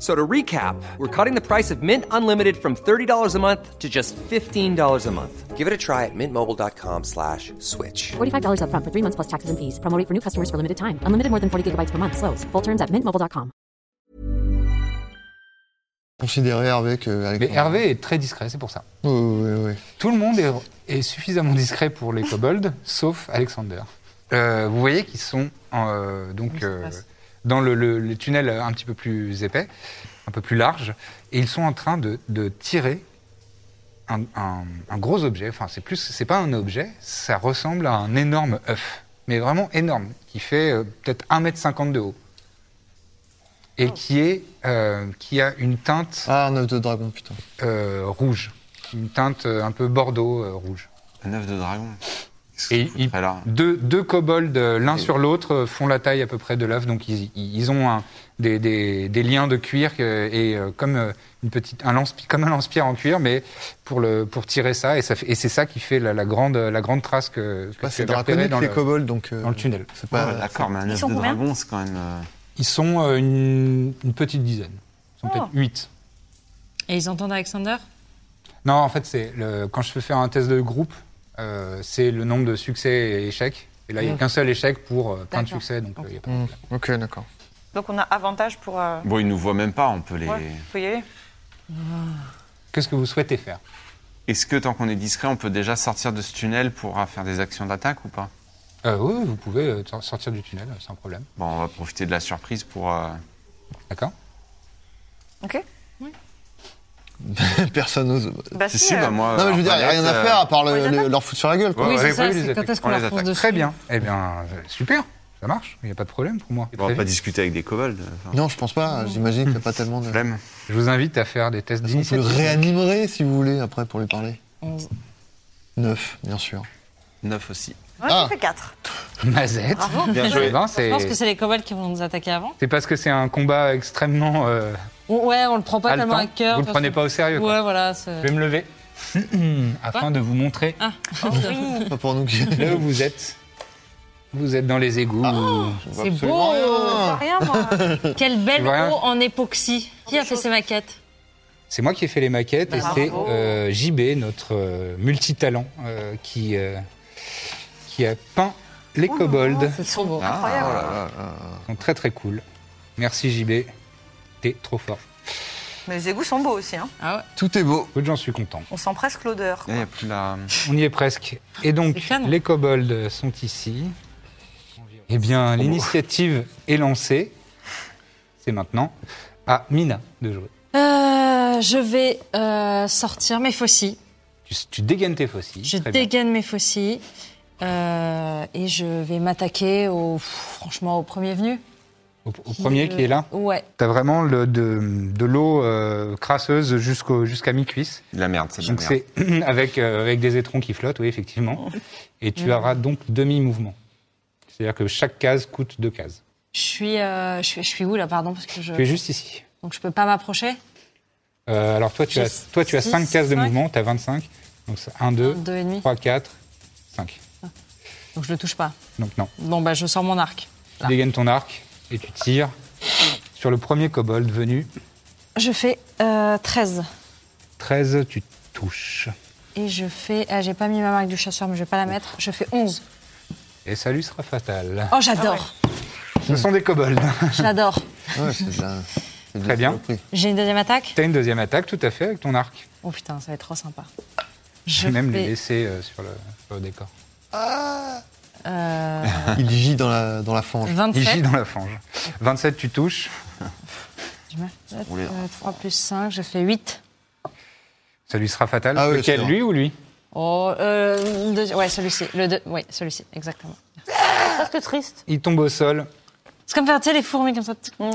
Speaker 1: So to recap, we're cutting the price of Mint Unlimited from $30 a month to just $15 a month. Give it a try at mintmobile.com slash switch.
Speaker 2: $45 upfront for three months plus taxes and fees. Promo rate for new customers for limited time. Unlimited more than 40 gigabytes per month. Slows. Full terms at mintmobile.com.
Speaker 8: considéré Hervé que
Speaker 4: Mais
Speaker 8: Alexander.
Speaker 4: Hervé est très discret, c'est pour ça.
Speaker 8: Oui, oui, oui.
Speaker 4: Tout le monde est, est suffisamment discret pour les kobolds, sauf Alexander. Euh, vous voyez qu'ils sont en, euh, donc euh, dans le, le- le tunnel un petit peu plus épais, un peu plus large, et ils sont en train de, de tirer un, un- un gros objet. Enfin, c'est plus, c'est pas un objet, ça ressemble à un énorme œuf, mais vraiment énorme, qui fait euh, peut-être 1,50 m de haut et qui est euh, qui a une teinte
Speaker 8: Ah, un œuf de dragon, putain.
Speaker 4: euh, rouge, une teinte euh, un peu bordeaux euh, rouge.
Speaker 7: Un œuf de dragon.
Speaker 4: Et ils-
Speaker 7: Alors,
Speaker 4: deux, deux kobolds, euh, l'un
Speaker 7: Et-
Speaker 4: sur l'autre, euh, font la taille à peu près de l'œuf. Donc ils, ils- ils ont un- des, des- des liens de cuir que- et euh, comme euh, une petite, un lance, comme un lance-pierre en cuir, mais pour le pour tirer ça et, ça fait- et c'est ça qui fait la, la grande la grande trace que, que
Speaker 8: Bah,
Speaker 4: tu
Speaker 8: c'est
Speaker 4: as repérée
Speaker 8: draconique
Speaker 4: dans
Speaker 8: les
Speaker 4: le-
Speaker 8: kobolds, donc. euh,
Speaker 4: dans le tunnel. Oh,
Speaker 8: C'est
Speaker 7: ouais,
Speaker 8: pas.
Speaker 7: ouais, d'accord, mais un
Speaker 5: Ils
Speaker 7: œuf
Speaker 5: sont
Speaker 7: de
Speaker 5: combien
Speaker 7: dragon, c'est quand même. euh,
Speaker 4: Ils sont euh, une, une petite dizaine, ils sont
Speaker 5: Oh.
Speaker 4: peut-être huit.
Speaker 6: Et ils entendent Alexander
Speaker 4: Non, en fait, c'est le- quand je fais faire un test de groupe, euh, c'est le nombre de succès et échecs. Et là, il n'y a qu'un seul échec pour euh, plein de
Speaker 6: Mm. D'accord. Mm.
Speaker 4: succès, donc euh, il y a pas de
Speaker 8: Hmm,
Speaker 4: problème.
Speaker 8: Ok, d'accord.
Speaker 5: Donc on a avantage pour. euh,
Speaker 7: Bon, ils nous voient même pas, on peut les.
Speaker 5: ouais, faut y aller.
Speaker 4: Qu'est-ce que vous souhaitez faire
Speaker 7: Est-ce que tant qu'on est discret, on peut déjà sortir de ce tunnel pour euh, faire des actions d'attaque ou pas
Speaker 4: Euh, oui, oui, vous pouvez euh, sor- sortir du tunnel euh, sans problème.
Speaker 7: Bon, on va profiter de la surprise pour. euh,
Speaker 5: Ah
Speaker 4: D'accord
Speaker 5: Ok
Speaker 8: Personne
Speaker 4: Oh,
Speaker 8: n'ose.
Speaker 5: Bah
Speaker 7: Si, si,
Speaker 5: euh,
Speaker 7: bah moi.
Speaker 8: Non, mais je veux dire, il n'y a
Speaker 7: arbalète,
Speaker 8: rien à
Speaker 7: euh,
Speaker 8: faire à part le-
Speaker 5: on les
Speaker 8: le-
Speaker 5: attaque
Speaker 8: leur foutre sur la gueule, quoi.
Speaker 4: Ouais,
Speaker 6: Oui,
Speaker 4: ouais,
Speaker 6: c'est ça,
Speaker 4: oui, les
Speaker 6: c'est quand
Speaker 4: attaques.
Speaker 6: est-ce qu'on
Speaker 7: On
Speaker 6: la
Speaker 7: les
Speaker 6: fonce
Speaker 7: attaque.
Speaker 6: dessus
Speaker 4: Très bien. Eh bien, euh, super. Ça marche. Il n'y a pas de problème pour moi.
Speaker 7: On
Speaker 4: Très
Speaker 7: va pas
Speaker 4: bien.
Speaker 7: discuter avec des kobolds. euh, enfin,
Speaker 8: Non, je pense pas. J'imagine qu'il n'y a pas tellement de.
Speaker 7: flemme.
Speaker 4: Je vous invite à faire des tests
Speaker 8: On peut le
Speaker 4: d'initiative.
Speaker 8: réanimer si vous voulez après pour lui parler.
Speaker 6: 11.
Speaker 8: 9, bien sûr.
Speaker 7: 9 aussi.
Speaker 5: Moi,
Speaker 8: Ah.
Speaker 5: j'ai fait 4.
Speaker 4: Mazette.
Speaker 6: Bravo.
Speaker 7: Bien joué.
Speaker 4: Eh ben,
Speaker 6: Je
Speaker 4: c'est-
Speaker 6: pense que c'est les kobolds qui vont nous attaquer avant.
Speaker 4: C'est parce que c'est un combat extrêmement euh,
Speaker 6: Ou- Ouais, on le prend pas tellement
Speaker 4: haletant.
Speaker 6: à
Speaker 4: vous ne
Speaker 6: cœur.
Speaker 4: Ah, le
Speaker 6: parce
Speaker 4: prenez
Speaker 6: que-
Speaker 4: pas au sérieux. quoi.
Speaker 6: Ouais, voilà. c'est-
Speaker 4: Je vais me lever afin de vous montrer
Speaker 6: Ah,
Speaker 8: Pas pour nous qui.
Speaker 4: là où vous êtes. Vous êtes dans les égouts.
Speaker 6: c'est
Speaker 8: Absolument
Speaker 6: beau.
Speaker 8: rien.
Speaker 5: Rien, moi.
Speaker 6: Quelle belle
Speaker 4: Tu vois rien
Speaker 6: eau en époxy. Qui a fait ces maquettes
Speaker 4: C'est moi qui ai fait les maquettes et
Speaker 5: Bravo.
Speaker 4: c'est euh, JB, notre euh, multitalent, euh, qui, euh, qui a peint les
Speaker 6: Oh.
Speaker 4: kobolds.
Speaker 6: C'est trop beau.
Speaker 5: Incroyable.
Speaker 8: oh
Speaker 4: Ils sont très très cool. Merci JB, t'es trop fort.
Speaker 5: Mais les égouts sont beaux aussi. Hein.
Speaker 6: Ah ouais.
Speaker 8: Tout est beau.
Speaker 4: J'en suis content.
Speaker 5: On sent presque l'odeur.
Speaker 7: Il n'y a plus la.
Speaker 4: On y est presque. Et donc,
Speaker 6: C'est canon.
Speaker 4: les kobolds sont ici. Eh bien, l'initiative est lancée. C'est maintenant à Mina de jouer.
Speaker 6: Euh, je vais euh, sortir mes faucilles.
Speaker 4: Tu, tu dégaines tes faucilles.
Speaker 6: Je
Speaker 4: Très bien.
Speaker 6: dégaine mes faucilles. euh, et je vais m'attaquer au, pff, franchement, au premier venu.
Speaker 4: Au, au premier qui est là.
Speaker 6: Ouais.
Speaker 4: T'as vraiment le- de, de l'eau euh, crasseuse jusqu'au- jusqu'à mi-cuisse.
Speaker 7: De la merde, c'est de la
Speaker 4: Donc
Speaker 7: merde.
Speaker 4: c'est avec, euh, avec des étrons qui flottent, oui, effectivement. Et tu auras donc demi-mouvement. C'est-à-dire que chaque case coûte deux cases.
Speaker 6: Je suis, euh, je suis, je suis où là, pardon, parce que je,
Speaker 4: Tu es juste ici.
Speaker 6: donc je peux pas m'approcher.
Speaker 4: Euh, alors toi tu,
Speaker 6: J'ai
Speaker 4: as, toi, tu as
Speaker 6: six,
Speaker 4: 5 cases de
Speaker 6: cinq.
Speaker 4: mouvement, tu as 25. Donc 1, 2,
Speaker 6: deux et demi.
Speaker 4: 3, 4, 5.
Speaker 6: Donc je le touche pas.
Speaker 4: Donc non.
Speaker 6: Bon bah je sors mon arc.
Speaker 4: Tu dégaines ton arc et tu tires sur le premier kobold venu.
Speaker 6: Je fais euh, 13.
Speaker 4: 13, tu touches.
Speaker 6: Et je fais. Ah, j'ai pas mis ma marque du chasseur, mais je vais pas la mettre. Je fais 11.
Speaker 4: Et ça lui sera fatal.
Speaker 6: Oh, j'adore
Speaker 4: Ah Ce sont des kobolds.
Speaker 6: J'adore
Speaker 8: Ouais, c'est de la- c'est de la
Speaker 4: Très bien.
Speaker 8: saloperie.
Speaker 6: J'ai une deuxième attaque
Speaker 4: tu as une deuxième attaque tout à fait avec ton arc.
Speaker 6: Oh putain, ça va être trop sympa.
Speaker 4: Je
Speaker 6: Je
Speaker 4: vais même les
Speaker 6: fais,
Speaker 4: laisser euh, sur, le, sur le décor.
Speaker 6: euh,
Speaker 8: Il gît dans la, dans la fange.
Speaker 6: 27.
Speaker 4: Il gît dans la fange. 27, tu touches.
Speaker 6: Je me- Euh, 3 plus 5, je fais 8.
Speaker 4: Ça lui sera fatal.
Speaker 8: Ah oui,
Speaker 4: Lequel,
Speaker 8: sûr.
Speaker 4: lui ou lui
Speaker 6: Oh, euh, une deuxi- ouais, celui-ci. Le deux, ouais, celui-ci, exactement.
Speaker 5: Presque triste.
Speaker 4: Il tombe au sol.
Speaker 6: C'est comme faire, tu sais, les fourmis comme ça.
Speaker 5: Ouais.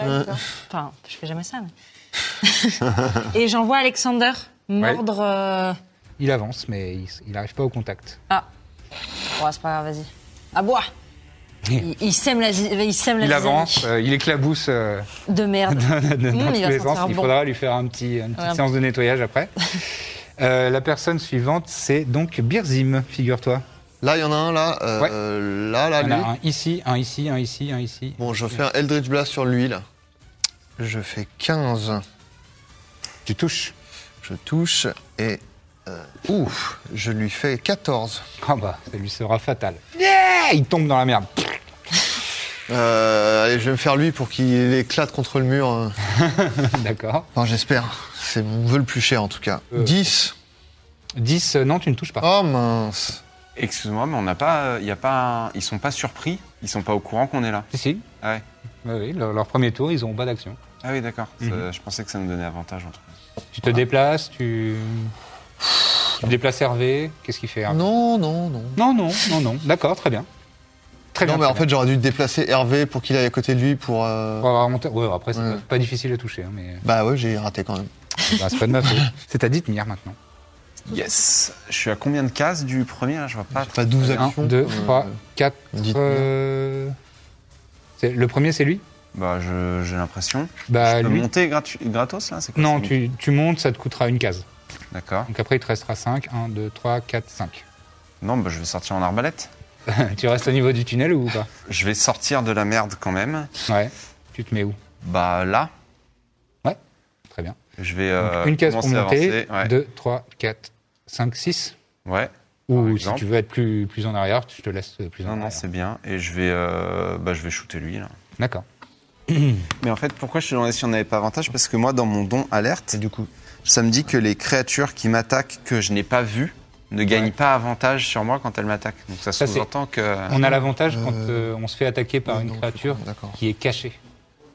Speaker 6: Enfin, je fais jamais ça, mais. Et j'envoie Alexander mordre. euh,
Speaker 4: Il avance, mais il s- il n'arrive pas au contact.
Speaker 6: Ah. Bon, c'est pas grave, vas-y. À bois il, il sème la, zi- il sème la
Speaker 4: Il
Speaker 6: zizanie.
Speaker 4: avance, euh, il éclabousse euh,
Speaker 6: De merde.
Speaker 4: de- de-
Speaker 6: Mmh,
Speaker 4: dans
Speaker 6: il
Speaker 4: tous
Speaker 6: va
Speaker 4: les
Speaker 6: sentir
Speaker 4: sens. Il
Speaker 6: bon.
Speaker 4: faudra lui faire un petit, une petite
Speaker 6: Ouais.
Speaker 4: séance de nettoyage après. Euh, la personne suivante, c'est donc Birzim, figure-toi.
Speaker 8: Là, il y en a un, là. euh, Là, là,
Speaker 4: Il y en
Speaker 8: lui.
Speaker 4: a un ici, un ici, un ici, un ici.
Speaker 8: Bon, je fais un Eldritch Blast sur lui, là. Je fais 15.
Speaker 4: Tu touches.
Speaker 8: Je touche et... euh, ouf, je lui fais 14.
Speaker 4: Ah bah, ça lui sera fatal. Yeah il tombe dans la merde.
Speaker 8: Euh, allez, je vais me faire lui pour qu'il éclate contre le mur. euh.
Speaker 4: D'accord.
Speaker 8: Enfin, j'espère. C'est mon vœu le plus cher, en tout cas.
Speaker 4: Euh.
Speaker 8: 10.
Speaker 4: 10, euh, non, tu ne touches pas.
Speaker 8: Oh, mince.
Speaker 7: Excuse-moi, mais on n'a pas. euh, y a pas un- Ils sont pas surpris. Ils sont pas au courant qu'on est là.
Speaker 4: Si, si.
Speaker 7: Ah ouais.
Speaker 4: Oui, oui, leur, leur premier tour, ils n'auront pas d'action.
Speaker 7: Ah oui, d'accord. Ça- Je pensais que ça nous donnait avantage entre eux.
Speaker 4: Tu te déplaces, tu... Tu déplaces Hervé. Qu'est-ce qu'il fait Hervé
Speaker 8: Non, non, non.
Speaker 4: Non, non, non, non. D'accord, très bien. Très
Speaker 8: non, mais
Speaker 4: bien.
Speaker 8: en
Speaker 4: très bien.
Speaker 8: fait, j'aurais dû déplacer Hervé pour qu'il aille à côté de lui pour. euh,
Speaker 4: Pour avoir remonté- ouais, après, c'est
Speaker 8: Ouais.
Speaker 4: pas, pas difficile à toucher, hein, mais
Speaker 8: Bah ouais, j'ai raté quand même.
Speaker 4: bah, c'est pas de ma faute. C'est à Dithmir maintenant.
Speaker 7: Yes. Je suis à combien de cases du premier là Je vois pas.
Speaker 8: J'ai pas 12
Speaker 4: 1,
Speaker 8: Bah, actions.
Speaker 4: 2,
Speaker 8: euh,
Speaker 4: 3, 4.
Speaker 8: Dithmir.
Speaker 4: Le premier, euh, c'est lui
Speaker 7: Bah, je- j'ai l'impression.
Speaker 4: Bah,
Speaker 7: Je peux
Speaker 4: lui.
Speaker 7: monter gratu- gratos là C'est quoi
Speaker 4: Non,
Speaker 7: c'est-
Speaker 4: tu, tu montes, ça te coûtera une case.
Speaker 7: D'accord.
Speaker 4: Donc après, il te restera 5. 1, 2, 3, 4, 5.
Speaker 7: Non, bah, je vais sortir en arbalète.
Speaker 4: tu restes au niveau du tunnel ou pas
Speaker 7: Je vais sortir de la merde quand même.
Speaker 4: Ouais. Tu te mets où
Speaker 7: Bah là,
Speaker 4: Ouais. Très bien.
Speaker 7: je vais.
Speaker 4: Donc,
Speaker 7: euh,
Speaker 4: une case pour
Speaker 7: commencer à
Speaker 4: monter.
Speaker 7: avancer. Ouais.
Speaker 4: 2, 3, 4, 5, 6.
Speaker 7: Ouais. Par
Speaker 4: Ou si
Speaker 7: exemple.
Speaker 4: tu veux être plus, plus en arrière, je te laisse plus en
Speaker 7: Non, non,
Speaker 4: arrière.
Speaker 7: c'est bien. Et je vais, euh, bah, je vais shooter lui là.
Speaker 4: D'accord.
Speaker 7: Mais en fait, pourquoi je te demandais si on n'avait pas avantage Parce que moi, dans mon don alerte, du coup, ça me dit que les créatures qui m'attaquent que je n'ai pas vues ne gagnent pas avantage sur moi quand elles m'attaquent. Donc ça,
Speaker 4: Ça, c'est-
Speaker 7: sous-entend que.
Speaker 4: On a l'avantage quand
Speaker 8: Euh,
Speaker 4: euh, on se fait attaquer par
Speaker 8: oui,
Speaker 4: une
Speaker 8: non, je
Speaker 4: créature
Speaker 8: comprends, euh, d'accord.
Speaker 4: qui est cachée.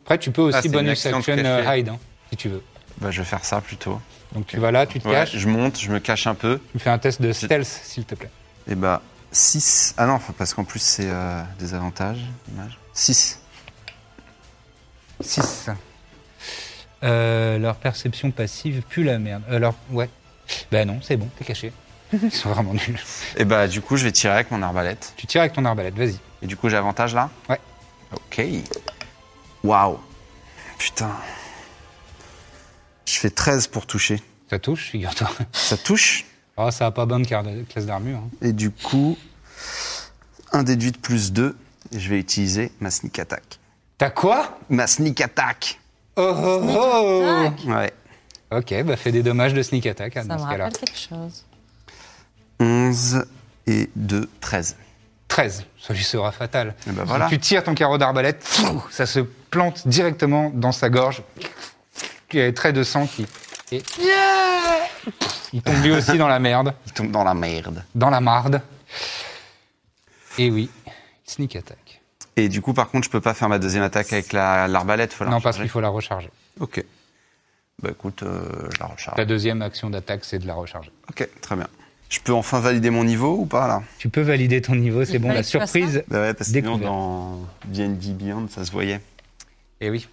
Speaker 4: Après, tu peux aussi
Speaker 7: Ah, c'est une
Speaker 4: bonus
Speaker 7: action de
Speaker 4: action
Speaker 7: cacher.
Speaker 4: euh, hide, hein, si tu veux.
Speaker 7: Bah, je vais faire ça plutôt.
Speaker 4: Donc tu vas là, tu te
Speaker 7: Ouais,
Speaker 4: caches,
Speaker 7: je monte, je me cache un peu.
Speaker 4: tu me fais un test de stealth, s'il te plaît.
Speaker 7: Et bah, 6. Ah non, faut- parce qu'en plus, c'est euh, des avantages. 6.
Speaker 4: 6. Euh, leur perception passive pue la merde. Euh, leur... Ouais. Bah non, c'est bon, t'es caché. Ils sont vraiment nuls.
Speaker 7: Et bah, du coup, je vais tirer avec mon arbalète.
Speaker 4: Tu tires avec ton arbalète, vas-y.
Speaker 7: Et du coup, j'ai avantage là
Speaker 4: Ouais.
Speaker 7: Ok. Waouh. Putain. Je fais 13 pour toucher.
Speaker 4: Ça touche, figure-toi.
Speaker 7: Ça touche
Speaker 4: Ah, ça a pas bonne carte de- classe d'armure. hein.
Speaker 7: Et du coup, un déduit de plus 2, je vais utiliser ma sneak attack.
Speaker 4: T'as quoi
Speaker 7: Ma sneak attack
Speaker 4: Oh oh oh
Speaker 7: Ouais.
Speaker 4: Ok, bah fais des dommages de sneak attack hein,
Speaker 6: Ça
Speaker 4: dans
Speaker 6: me
Speaker 4: ce cas-là.
Speaker 6: rappelle quelque chose.
Speaker 7: 11 et 2, 13.
Speaker 4: 13, ça lui sera fatal.
Speaker 7: Eh ben
Speaker 4: Donc
Speaker 7: voilà.
Speaker 4: Tu tires ton carreau d'arbalète, pfff, ça se plante directement dans sa gorge. Il y a des traits de sang qui. et- Il tombe lui aussi dans la merde,
Speaker 7: Il tombe dans la merde.
Speaker 4: dans la marde. Et oui, sneak attack.
Speaker 7: Et du coup, par contre, je peux pas faire ma deuxième attaque avec la- l'arbalète. faut la
Speaker 4: non, parce
Speaker 7: recharger.
Speaker 4: qu'il faut la recharger.
Speaker 7: Ok. Bah écoute, euh, je la recharge.
Speaker 4: La deuxième action d'attaque, c'est de la recharger.
Speaker 7: Ok, très bien. Je peux enfin valider mon niveau ou pas là
Speaker 4: Tu peux valider ton niveau, c'est
Speaker 6: Il
Speaker 4: bon,
Speaker 6: fallait
Speaker 4: la
Speaker 6: que tu fasses ça.
Speaker 4: surprise.
Speaker 7: Bah ouais, parce que sinon
Speaker 4: Découvert.
Speaker 7: dans D&D Beyond, ça se voyait.
Speaker 4: Et Eh oui.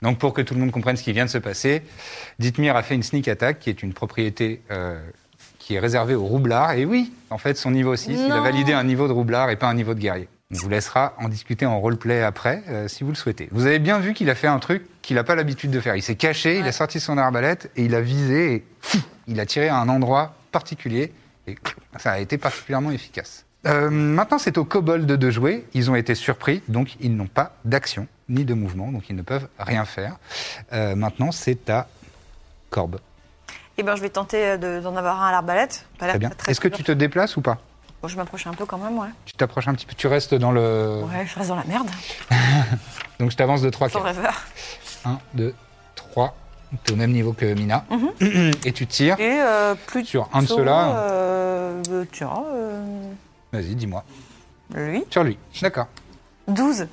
Speaker 4: Donc pour que tout le monde comprenne ce qui vient de se passer, Dithmir a fait une sneak attack, qui est une propriété euh, qui est réservée aux roublards. Et oui, en fait, son niveau 6, il a
Speaker 6: Non.
Speaker 4: validé un niveau de roublard et pas un niveau de guerrier. On vous laissera en discuter en roleplay après, euh, si vous le souhaitez. Vous avez bien vu qu'il a fait un truc qu'il n'a pas l'habitude de faire. Il s'est caché, il a sorti son arbalète et il a visé et pfff, il a tiré à un endroit particulier et ça a été particulièrement efficace. Euh, maintenant, c'est aux kobolds de jouer. Ils ont été surpris, donc ils n'ont pas d'action ni de mouvement, donc ils ne peuvent rien faire. Euh, maintenant, c'est à Corbe.
Speaker 5: Eh ben, je vais tenter euh, de- d'en avoir un à l'arbalète. Pas l'air
Speaker 4: Très bien.
Speaker 5: Ah, très
Speaker 4: Est-ce que tu te déplaces ou pas
Speaker 5: Bon, je m'approche un peu quand même, ouais.
Speaker 4: Tu t'approches un petit peu, tu restes dans le...
Speaker 5: Ouais, je reste dans la merde.
Speaker 4: Donc je t'avance de 3 4.
Speaker 5: Forever.
Speaker 4: 1, 2, 3. T'es au même niveau que Mina. Et tu tires.
Speaker 5: Et euh, plus
Speaker 4: Sur un de ceux-là.
Speaker 5: Euh, euh, tiens, euh,
Speaker 4: Vas-y, dis-moi.
Speaker 5: lui.
Speaker 4: Sur lui. D'accord.
Speaker 5: 12.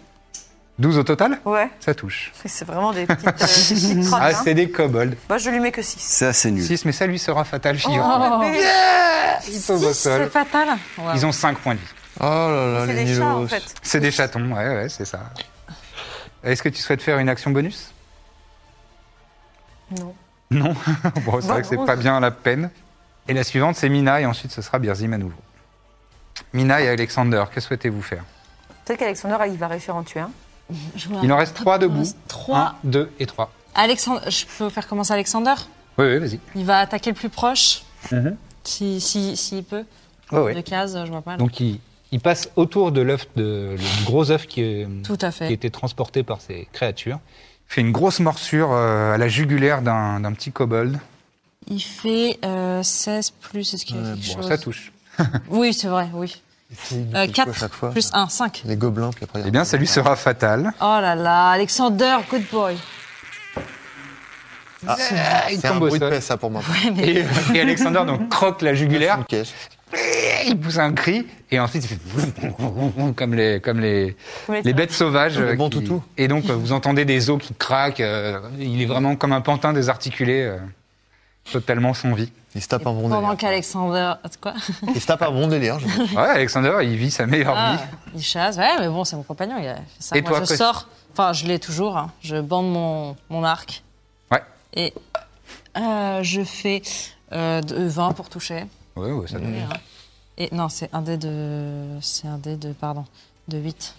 Speaker 4: 12 au total
Speaker 5: Ouais,
Speaker 4: Ça touche.
Speaker 5: c'est vraiment des petites, euh, des petites crottes,
Speaker 4: Ah,
Speaker 5: hein.
Speaker 4: c'est des kobolds.
Speaker 5: Bah, je lui mets que 6.
Speaker 7: C'est assez nul.
Speaker 4: 6, mais ça lui sera fatal, figure.
Speaker 6: Oh.
Speaker 4: Ils tombent au
Speaker 6: C'est
Speaker 4: sol.
Speaker 6: fatal.
Speaker 4: Ils ont 5 points de vie.
Speaker 8: Oh là là,
Speaker 5: C'est
Speaker 8: les
Speaker 5: des chats, en
Speaker 8: nulos.
Speaker 5: fait.
Speaker 4: C'est des chatons, ouais, ouais, c'est ça. Est-ce que tu souhaites faire une action bonus
Speaker 5: Non.
Speaker 4: Non Bon, c'est vrai que c'est pas bien la peine. Et la suivante, c'est Mina, et ensuite ce sera Birzim à nouveau. Mina et Alexander, que souhaitez-vous faire
Speaker 5: Peut-être qu'Alexander, il va réussir à en tuer un.
Speaker 4: Il en reste 3
Speaker 6: Il
Speaker 4: debout. Hein
Speaker 6: reste trois.
Speaker 4: 1, 2 et 3.
Speaker 6: Alexandre, je peux faire commencer Alexander
Speaker 4: Oui, oui, vas-y.
Speaker 6: Il va attaquer le plus proche.
Speaker 4: Mhm.
Speaker 6: Si, si, s'il peut. De case, je vois pas. là.
Speaker 4: Ah. Donc il, il passe autour de l'œuf, de, le gros œuf qui, est-
Speaker 6: Tout à fait.
Speaker 4: qui était transporté par ces créatures. Il fait une grosse morsure euh, à la jugulaire d'un d'un petit kobold.
Speaker 6: Il fait euh, 16 plus, est-ce qu'il y a quelque
Speaker 4: Bon,
Speaker 6: chose
Speaker 4: ça touche.
Speaker 6: Oui, c'est vrai, oui. Euh, 4 plus 1, 5.
Speaker 8: Les gobelins, puis après.
Speaker 4: Eh bien, ça lui sera fatal.
Speaker 6: Oh là là, Alexander, good boy.
Speaker 8: Ah,
Speaker 4: il
Speaker 8: C'est un
Speaker 4: tombe au
Speaker 8: bruit de
Speaker 4: sol.
Speaker 8: paix, ça, pour moi.
Speaker 4: Et, et Alexander donc croque la jugulaire,
Speaker 8: Une caisse.
Speaker 4: il pousse un cri et ensuite il fait comme les comme les
Speaker 5: Comme les
Speaker 4: les bêtes sauvages.
Speaker 8: Comme le
Speaker 4: euh,
Speaker 8: bon
Speaker 4: qui-
Speaker 8: toutou.
Speaker 4: Et donc euh, vous entendez des os qui craquent. euh, il est vraiment comme un pantin désarticulé, euh, totalement sans vie.
Speaker 8: Il se tape un bon
Speaker 6: Pendant
Speaker 8: délire.
Speaker 6: qu'Alexander. Quoi
Speaker 8: Il se tape un bon délire. je veux dire.
Speaker 4: Ouais, Alexander, il vit sa meilleure
Speaker 6: Ah,
Speaker 4: vie.
Speaker 6: Il chasse, ouais, mais bon, c'est mon compagnon, il a fait ça.
Speaker 4: Et
Speaker 6: Moi,
Speaker 4: toi,
Speaker 6: je
Speaker 4: Chris
Speaker 6: sors, enfin, je l'ai toujours, hein. je bande mon, mon arc.
Speaker 4: Ouais.
Speaker 6: Et euh, je fais euh, de- 20 pour toucher.
Speaker 4: Ouais, ouais, ça donne.
Speaker 6: Et non, c'est un dé de. C'est un dé de. Pardon, de 8.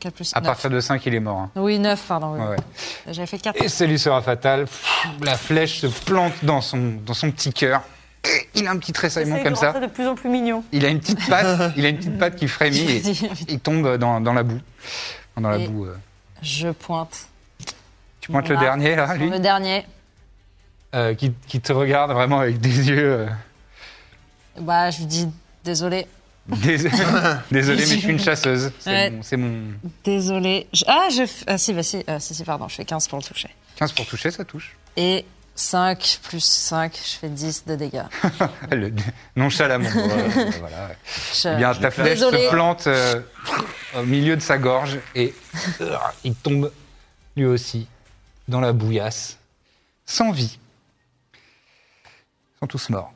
Speaker 6: 4 plus
Speaker 4: À
Speaker 6: 9.
Speaker 4: partir de 5, il est mort. hein.
Speaker 6: Oui, 9, pardon. oui.
Speaker 4: Ah, Ouais, ouais.
Speaker 6: J'avais fait 4.
Speaker 4: Et ça lui sera fatal. Pff, La flèche se plante dans son, dans son petit cœur. Et Il a un petit tressaillement
Speaker 5: J'essaie
Speaker 4: comme
Speaker 5: de
Speaker 4: ça.
Speaker 5: rentrer de plus en plus mignon.
Speaker 4: Il a une petite patte, il a une petite patte qui frémit et il tombe dans, dans la boue. Dans la
Speaker 6: Et-
Speaker 4: boue. euh.
Speaker 6: Je pointe.
Speaker 4: Tu pointes le
Speaker 6: Voilà.
Speaker 4: dernier, là, Ah, lui,
Speaker 6: Le dernier.
Speaker 4: euh, qui, qui te regarde vraiment avec des yeux. euh,
Speaker 6: Bah, je lui dis désolé.
Speaker 4: dés- Désolé, mais je suis une chasseuse. C'est
Speaker 6: Ouais.
Speaker 4: mon- c'est mon,
Speaker 6: Désolé. Je- Ah, je. f- Ah, si, bah, si, euh, si, si, pardon, je fais 15 pour le toucher.
Speaker 4: 15 pour toucher, ça touche.
Speaker 6: Et 5 plus 5, je fais 10 de dégâts.
Speaker 4: Le- nonchalamment. voilà, voilà.
Speaker 6: Je-
Speaker 4: Eh bien, ta flèche
Speaker 6: Désolée.
Speaker 4: se plante euh, au milieu de sa gorge et euh, il tombe lui aussi dans la bouillasse, sans vie. Ils sont tous morts.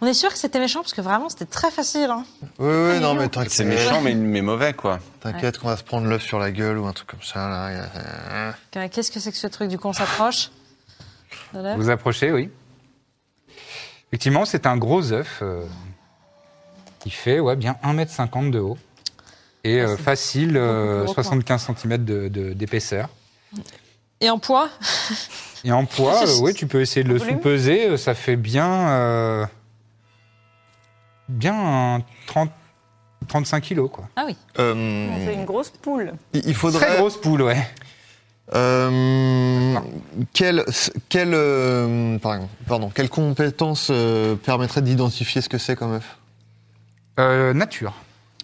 Speaker 6: On est sûr que c'était méchant parce que vraiment c'était très facile. hein.
Speaker 8: Oui, oui, non, mais t'inquiète.
Speaker 7: C'est méchant, mais, mais mauvais quoi.
Speaker 8: T'inquiète qu'on va se prendre l'œuf sur la gueule ou un truc comme ça. Là. Il y
Speaker 4: Euh,
Speaker 8: a-
Speaker 6: Qu'est-ce que c'est que ce truc Du coup, on s'approche. Voilà.
Speaker 4: Vous approchez, oui. Effectivement, c'est un gros œuf euh, qui fait ouais, bien 1m50 de haut et euh, facile euh,
Speaker 6: gros, quoi.
Speaker 4: 75 cm d'épaisseur. De, d'épaisseur.
Speaker 6: Et en poids
Speaker 4: Et en poids, euh, oui, tu peux essayer de le sous-peser. euh, Ça fait bien. euh, bien un 30, 35 kilos, quoi.
Speaker 6: Ah oui.
Speaker 8: Euh,
Speaker 4: Mmh.
Speaker 5: C'est une grosse poule.
Speaker 8: il il
Speaker 4: Très
Speaker 8: faudrait.
Speaker 4: grosse poule, ouais.
Speaker 8: Euh, quelle, quelle, euh, pardon, pardon, quelle compétence euh, permettrait d'identifier ce que c'est comme œuf
Speaker 4: Euh, nature.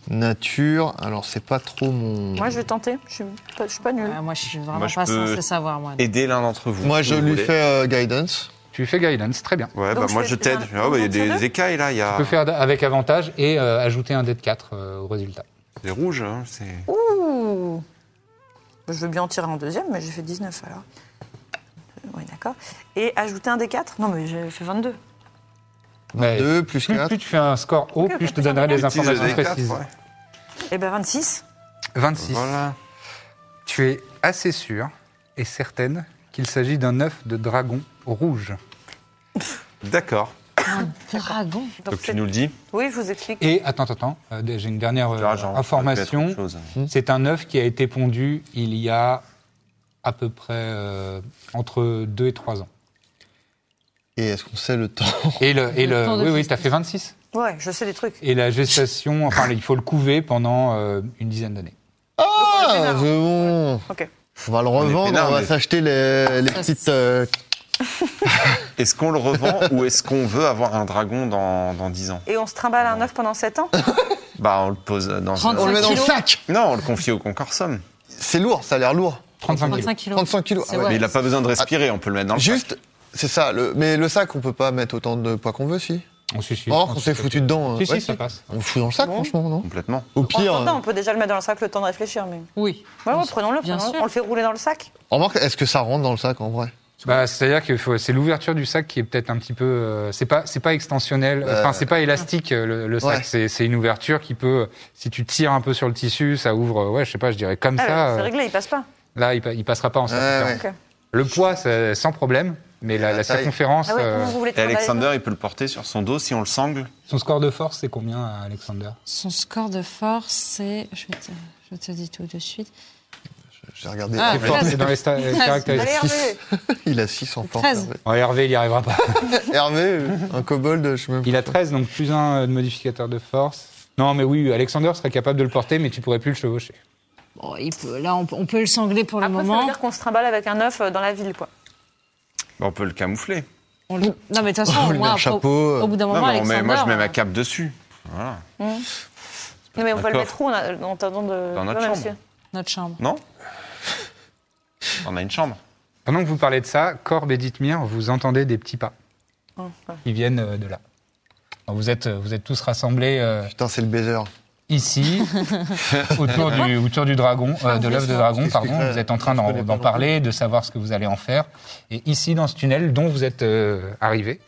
Speaker 8: Nature, alors c'est pas trop mon.
Speaker 5: Moi, je vais tenter. Je suis pas, je suis pas nulle.
Speaker 6: Ah, moi, je suis vraiment
Speaker 7: Moi, je
Speaker 6: pas
Speaker 7: peux-
Speaker 6: censée savoir, moi.
Speaker 7: Aider l'un d'entre vous.
Speaker 8: Moi,
Speaker 7: si
Speaker 8: je
Speaker 7: vous
Speaker 8: lui
Speaker 7: voulez.
Speaker 8: fais euh, guidance.
Speaker 4: Tu fais guidance, très bien.
Speaker 7: Ouais,
Speaker 5: Donc,
Speaker 7: bah,
Speaker 5: je
Speaker 7: moi
Speaker 5: fais-
Speaker 7: je t'aide.
Speaker 5: c'est un-
Speaker 7: Ah, bah, il y a
Speaker 5: un sur
Speaker 7: des
Speaker 5: deux
Speaker 7: écailles là, il y
Speaker 4: Tu
Speaker 7: a
Speaker 4: peux faire avec avantage et euh, ajouter un dé de 4 euh, au résultat.
Speaker 7: des rouges. hein, c'est-
Speaker 5: Ouh Je veux bien en tirer un deuxième, mais j'ai fait 19 alors. Oui, d'accord. Et ajouter un des 4 Non, mais j'ai fait 22.
Speaker 4: Ouais.
Speaker 8: 2 plus
Speaker 4: Plus,
Speaker 8: 4.
Speaker 4: plus tu fais un score haut,
Speaker 5: Ok,
Speaker 4: plus je te
Speaker 5: ok,
Speaker 4: donnerai les
Speaker 7: Utilise le
Speaker 4: informations
Speaker 7: D4,
Speaker 4: précises.
Speaker 7: ouais.
Speaker 5: Eh ben 26.
Speaker 4: 26.
Speaker 7: Voilà.
Speaker 4: Tu es assez sûre et certaine qu'il s'agit d'un œuf de dragon rouge.
Speaker 7: D'accord.
Speaker 6: Dragon
Speaker 5: Donc
Speaker 7: Donc
Speaker 5: c'est-
Speaker 7: tu nous le dis.
Speaker 5: Oui, je vous explique.
Speaker 4: Et attends, attends, attends, euh, j'ai une dernière euh,
Speaker 7: Ah, genre, ça peut
Speaker 4: information.
Speaker 7: être autre chose.
Speaker 4: C'est un œuf qui a été pondu il y a à peu près euh, entre 2 et 3 ans.
Speaker 8: Et est-ce qu'on sait le temps
Speaker 4: Et le, et
Speaker 6: Le
Speaker 4: le,
Speaker 6: temps de
Speaker 4: oui, oui,
Speaker 6: gestation.
Speaker 4: t'as fait 26.
Speaker 5: Ouais, je sais des trucs.
Speaker 4: Et la gestation, enfin, il faut le couver pendant euh, une dizaine d'années.
Speaker 8: Ah, c'est bon
Speaker 5: Ok.
Speaker 8: On va le
Speaker 7: est
Speaker 8: revendre,
Speaker 7: peinards,
Speaker 8: on va
Speaker 7: mais-
Speaker 8: s'acheter les, les
Speaker 6: Ça,
Speaker 8: petites.
Speaker 6: c'est-
Speaker 8: euh,
Speaker 7: Est-ce qu'on le revend ou est-ce qu'on veut avoir un dragon dans, dans 10 ans
Speaker 5: Et on se trimballe un œuf pendant 7 ans
Speaker 7: Bah, on le pose dans
Speaker 8: on
Speaker 6: 35
Speaker 8: le met dans le
Speaker 6: kilos.
Speaker 8: sac
Speaker 7: Non, on le confie au concorsum.
Speaker 8: C'est lourd, ça a l'air lourd.
Speaker 4: 35 kilos.
Speaker 6: 35 kilos.
Speaker 8: 35 kilos.
Speaker 6: C'est
Speaker 8: Ah ouais.
Speaker 7: Mais
Speaker 6: ouais.
Speaker 7: il n'a pas besoin de respirer, on peut le mettre dans le sac.
Speaker 8: Juste, c'est ça. le- Mais le sac, on peut pas mettre autant de poids qu'on veut, si.
Speaker 4: On suffit.
Speaker 8: Or, qu'on s'est foutu dedans. euh,
Speaker 4: Oh, Si, si,
Speaker 8: ouais,
Speaker 4: ça passe.
Speaker 8: On le fout dans le sac, franchement, non
Speaker 7: Complètement.
Speaker 8: Au
Speaker 5: En
Speaker 8: pire.
Speaker 5: attendant,
Speaker 8: euh,
Speaker 5: on peut déjà le mettre dans le sac le temps de réfléchir. Mais...
Speaker 6: Oui.
Speaker 5: Ouais, ouais, prenons-le,
Speaker 6: Bien
Speaker 5: prenons-le.
Speaker 6: sûr.
Speaker 5: On le fait rouler dans le sac
Speaker 8: Remarque, est-ce que ça rentre dans le sac en vrai
Speaker 4: Bah, c'est-à-dire que faut- c'est l'ouverture du sac qui est peut-être un petit peu, euh, c'est pas, c'est pas extensionnel,
Speaker 8: Euh,
Speaker 4: enfin c'est pas élastique euh, le, le sac.
Speaker 8: ouais.
Speaker 4: C'est, c'est une ouverture qui peut, si tu tires un peu sur le tissu, ça ouvre. euh, Ouais, je sais pas, je dirais comme
Speaker 5: Ah,
Speaker 4: ça.
Speaker 5: C'est
Speaker 4: euh,
Speaker 5: réglé, il passe pas.
Speaker 4: là, il, pa- il passera pas en
Speaker 8: Ouais,
Speaker 4: circonférence.
Speaker 8: ouais.
Speaker 5: Ok.
Speaker 4: Le poids, c'est sans problème, mais la,
Speaker 8: la
Speaker 4: la
Speaker 8: taille.
Speaker 4: circonférence,
Speaker 5: Ah ouais,
Speaker 4: euh,
Speaker 5: comment vous voulez
Speaker 7: Et
Speaker 5: trimballer
Speaker 7: Alexander, il peut le porter sur son dos si on le sangle.
Speaker 4: son score de force, c'est combien, euh, Alexander
Speaker 6: Son score de force, c'est. Je, vais te- je te dis tout de suite.
Speaker 8: J'ai regardé.
Speaker 6: Ah,
Speaker 8: il,
Speaker 4: C'est
Speaker 8: est
Speaker 6: ouais.
Speaker 8: fort.
Speaker 4: fort, c'est dans les sta- les caractéristiques.
Speaker 5: Allez, Hervé
Speaker 8: Il a 6 en force.
Speaker 6: 13.
Speaker 8: Hervé.
Speaker 4: Ouais, Hervé, il y arrivera pas.
Speaker 8: Hervé, euh, un kobold, je sais même
Speaker 4: Il a 13, donc plus un euh, de modificateur de force. Non, mais oui, Alexander serait capable de le porter, mais tu pourrais plus le chevaucher.
Speaker 6: Bon, il peut- là, on, peut- on peut le sangler pour le
Speaker 5: Après, ça veut
Speaker 6: moment.
Speaker 5: dire qu'on se trimballe avec un œuf euh, dans la ville, quoi.
Speaker 7: Bah, On peut le camoufler.
Speaker 6: On le- Non, mais de toute façon,
Speaker 8: On lui met
Speaker 6: moi,
Speaker 8: un
Speaker 6: au-
Speaker 8: chapeau, euh.
Speaker 6: Au bout d'un
Speaker 7: Non,
Speaker 6: moment,
Speaker 7: mais on met-
Speaker 6: Alexander.
Speaker 7: moi, je mets ma cape dessus. Voilà.
Speaker 5: Non, mais on va le
Speaker 7: D'accord.
Speaker 5: mettre où en a- en attendant de.
Speaker 7: Dans notre
Speaker 5: Ouais,
Speaker 7: chambre.
Speaker 5: monsieur.
Speaker 6: euh, Notre chambre.
Speaker 7: Non On a une chambre.
Speaker 4: Pendant que vous parlez de ça, Corbe et Dithmir, vous entendez des petits pas qui viennent euh, de là. Alors, vous, êtes, euh, vous êtes tous rassemblés euh,
Speaker 8: Putain, c'est le baiser.
Speaker 4: ici, autour, du, autour du dragon, euh, de l'œuf de dragon, pardon.
Speaker 8: t'expliquerai.
Speaker 4: Vous êtes en train
Speaker 8: Je
Speaker 4: d'en-
Speaker 8: connais pas
Speaker 4: d'en
Speaker 8: non plus.
Speaker 4: parler, de savoir ce que vous allez en faire. Et ici, dans ce tunnel dont vous êtes euh, arrivés,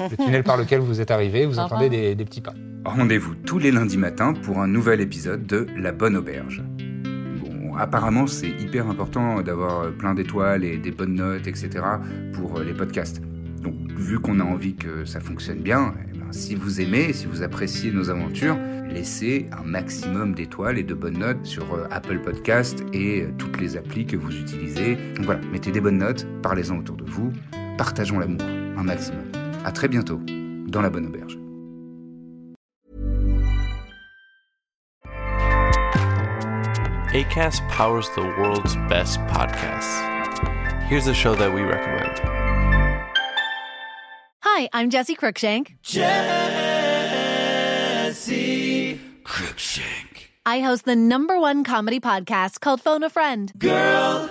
Speaker 4: le tunnel par lequel vous êtes arrivés, vous
Speaker 6: Sympa.
Speaker 4: entendez des, des petits pas.
Speaker 9: Rendez-vous tous les lundis matins pour un nouvel épisode de La Bonne Auberge. Bon, apparemment, c'est hyper important d'avoir euh, plein d'étoiles et des bonnes notes, etc. pour euh, les podcasts. Donc, vu qu'on a envie que ça fonctionne bien, eh ben, si vous aimez, si vous appréciez nos aventures, laissez un maximum d'étoiles et de bonnes notes sur euh, Apple Podcast et euh, toutes les applis que vous utilisez. Donc voilà, mettez des bonnes notes, parlez-en autour de vous, partageons l'amour un maximum. À très bientôt dans La Bonne Auberge.
Speaker 10: ACAST powers the world's best podcasts. Here's a show that we recommend.
Speaker 11: Hi, I'm Jesse Cruikshank.
Speaker 10: Jesse Cruikshank.
Speaker 11: I host the number one comedy podcast called Phone a Friend.
Speaker 10: Girl,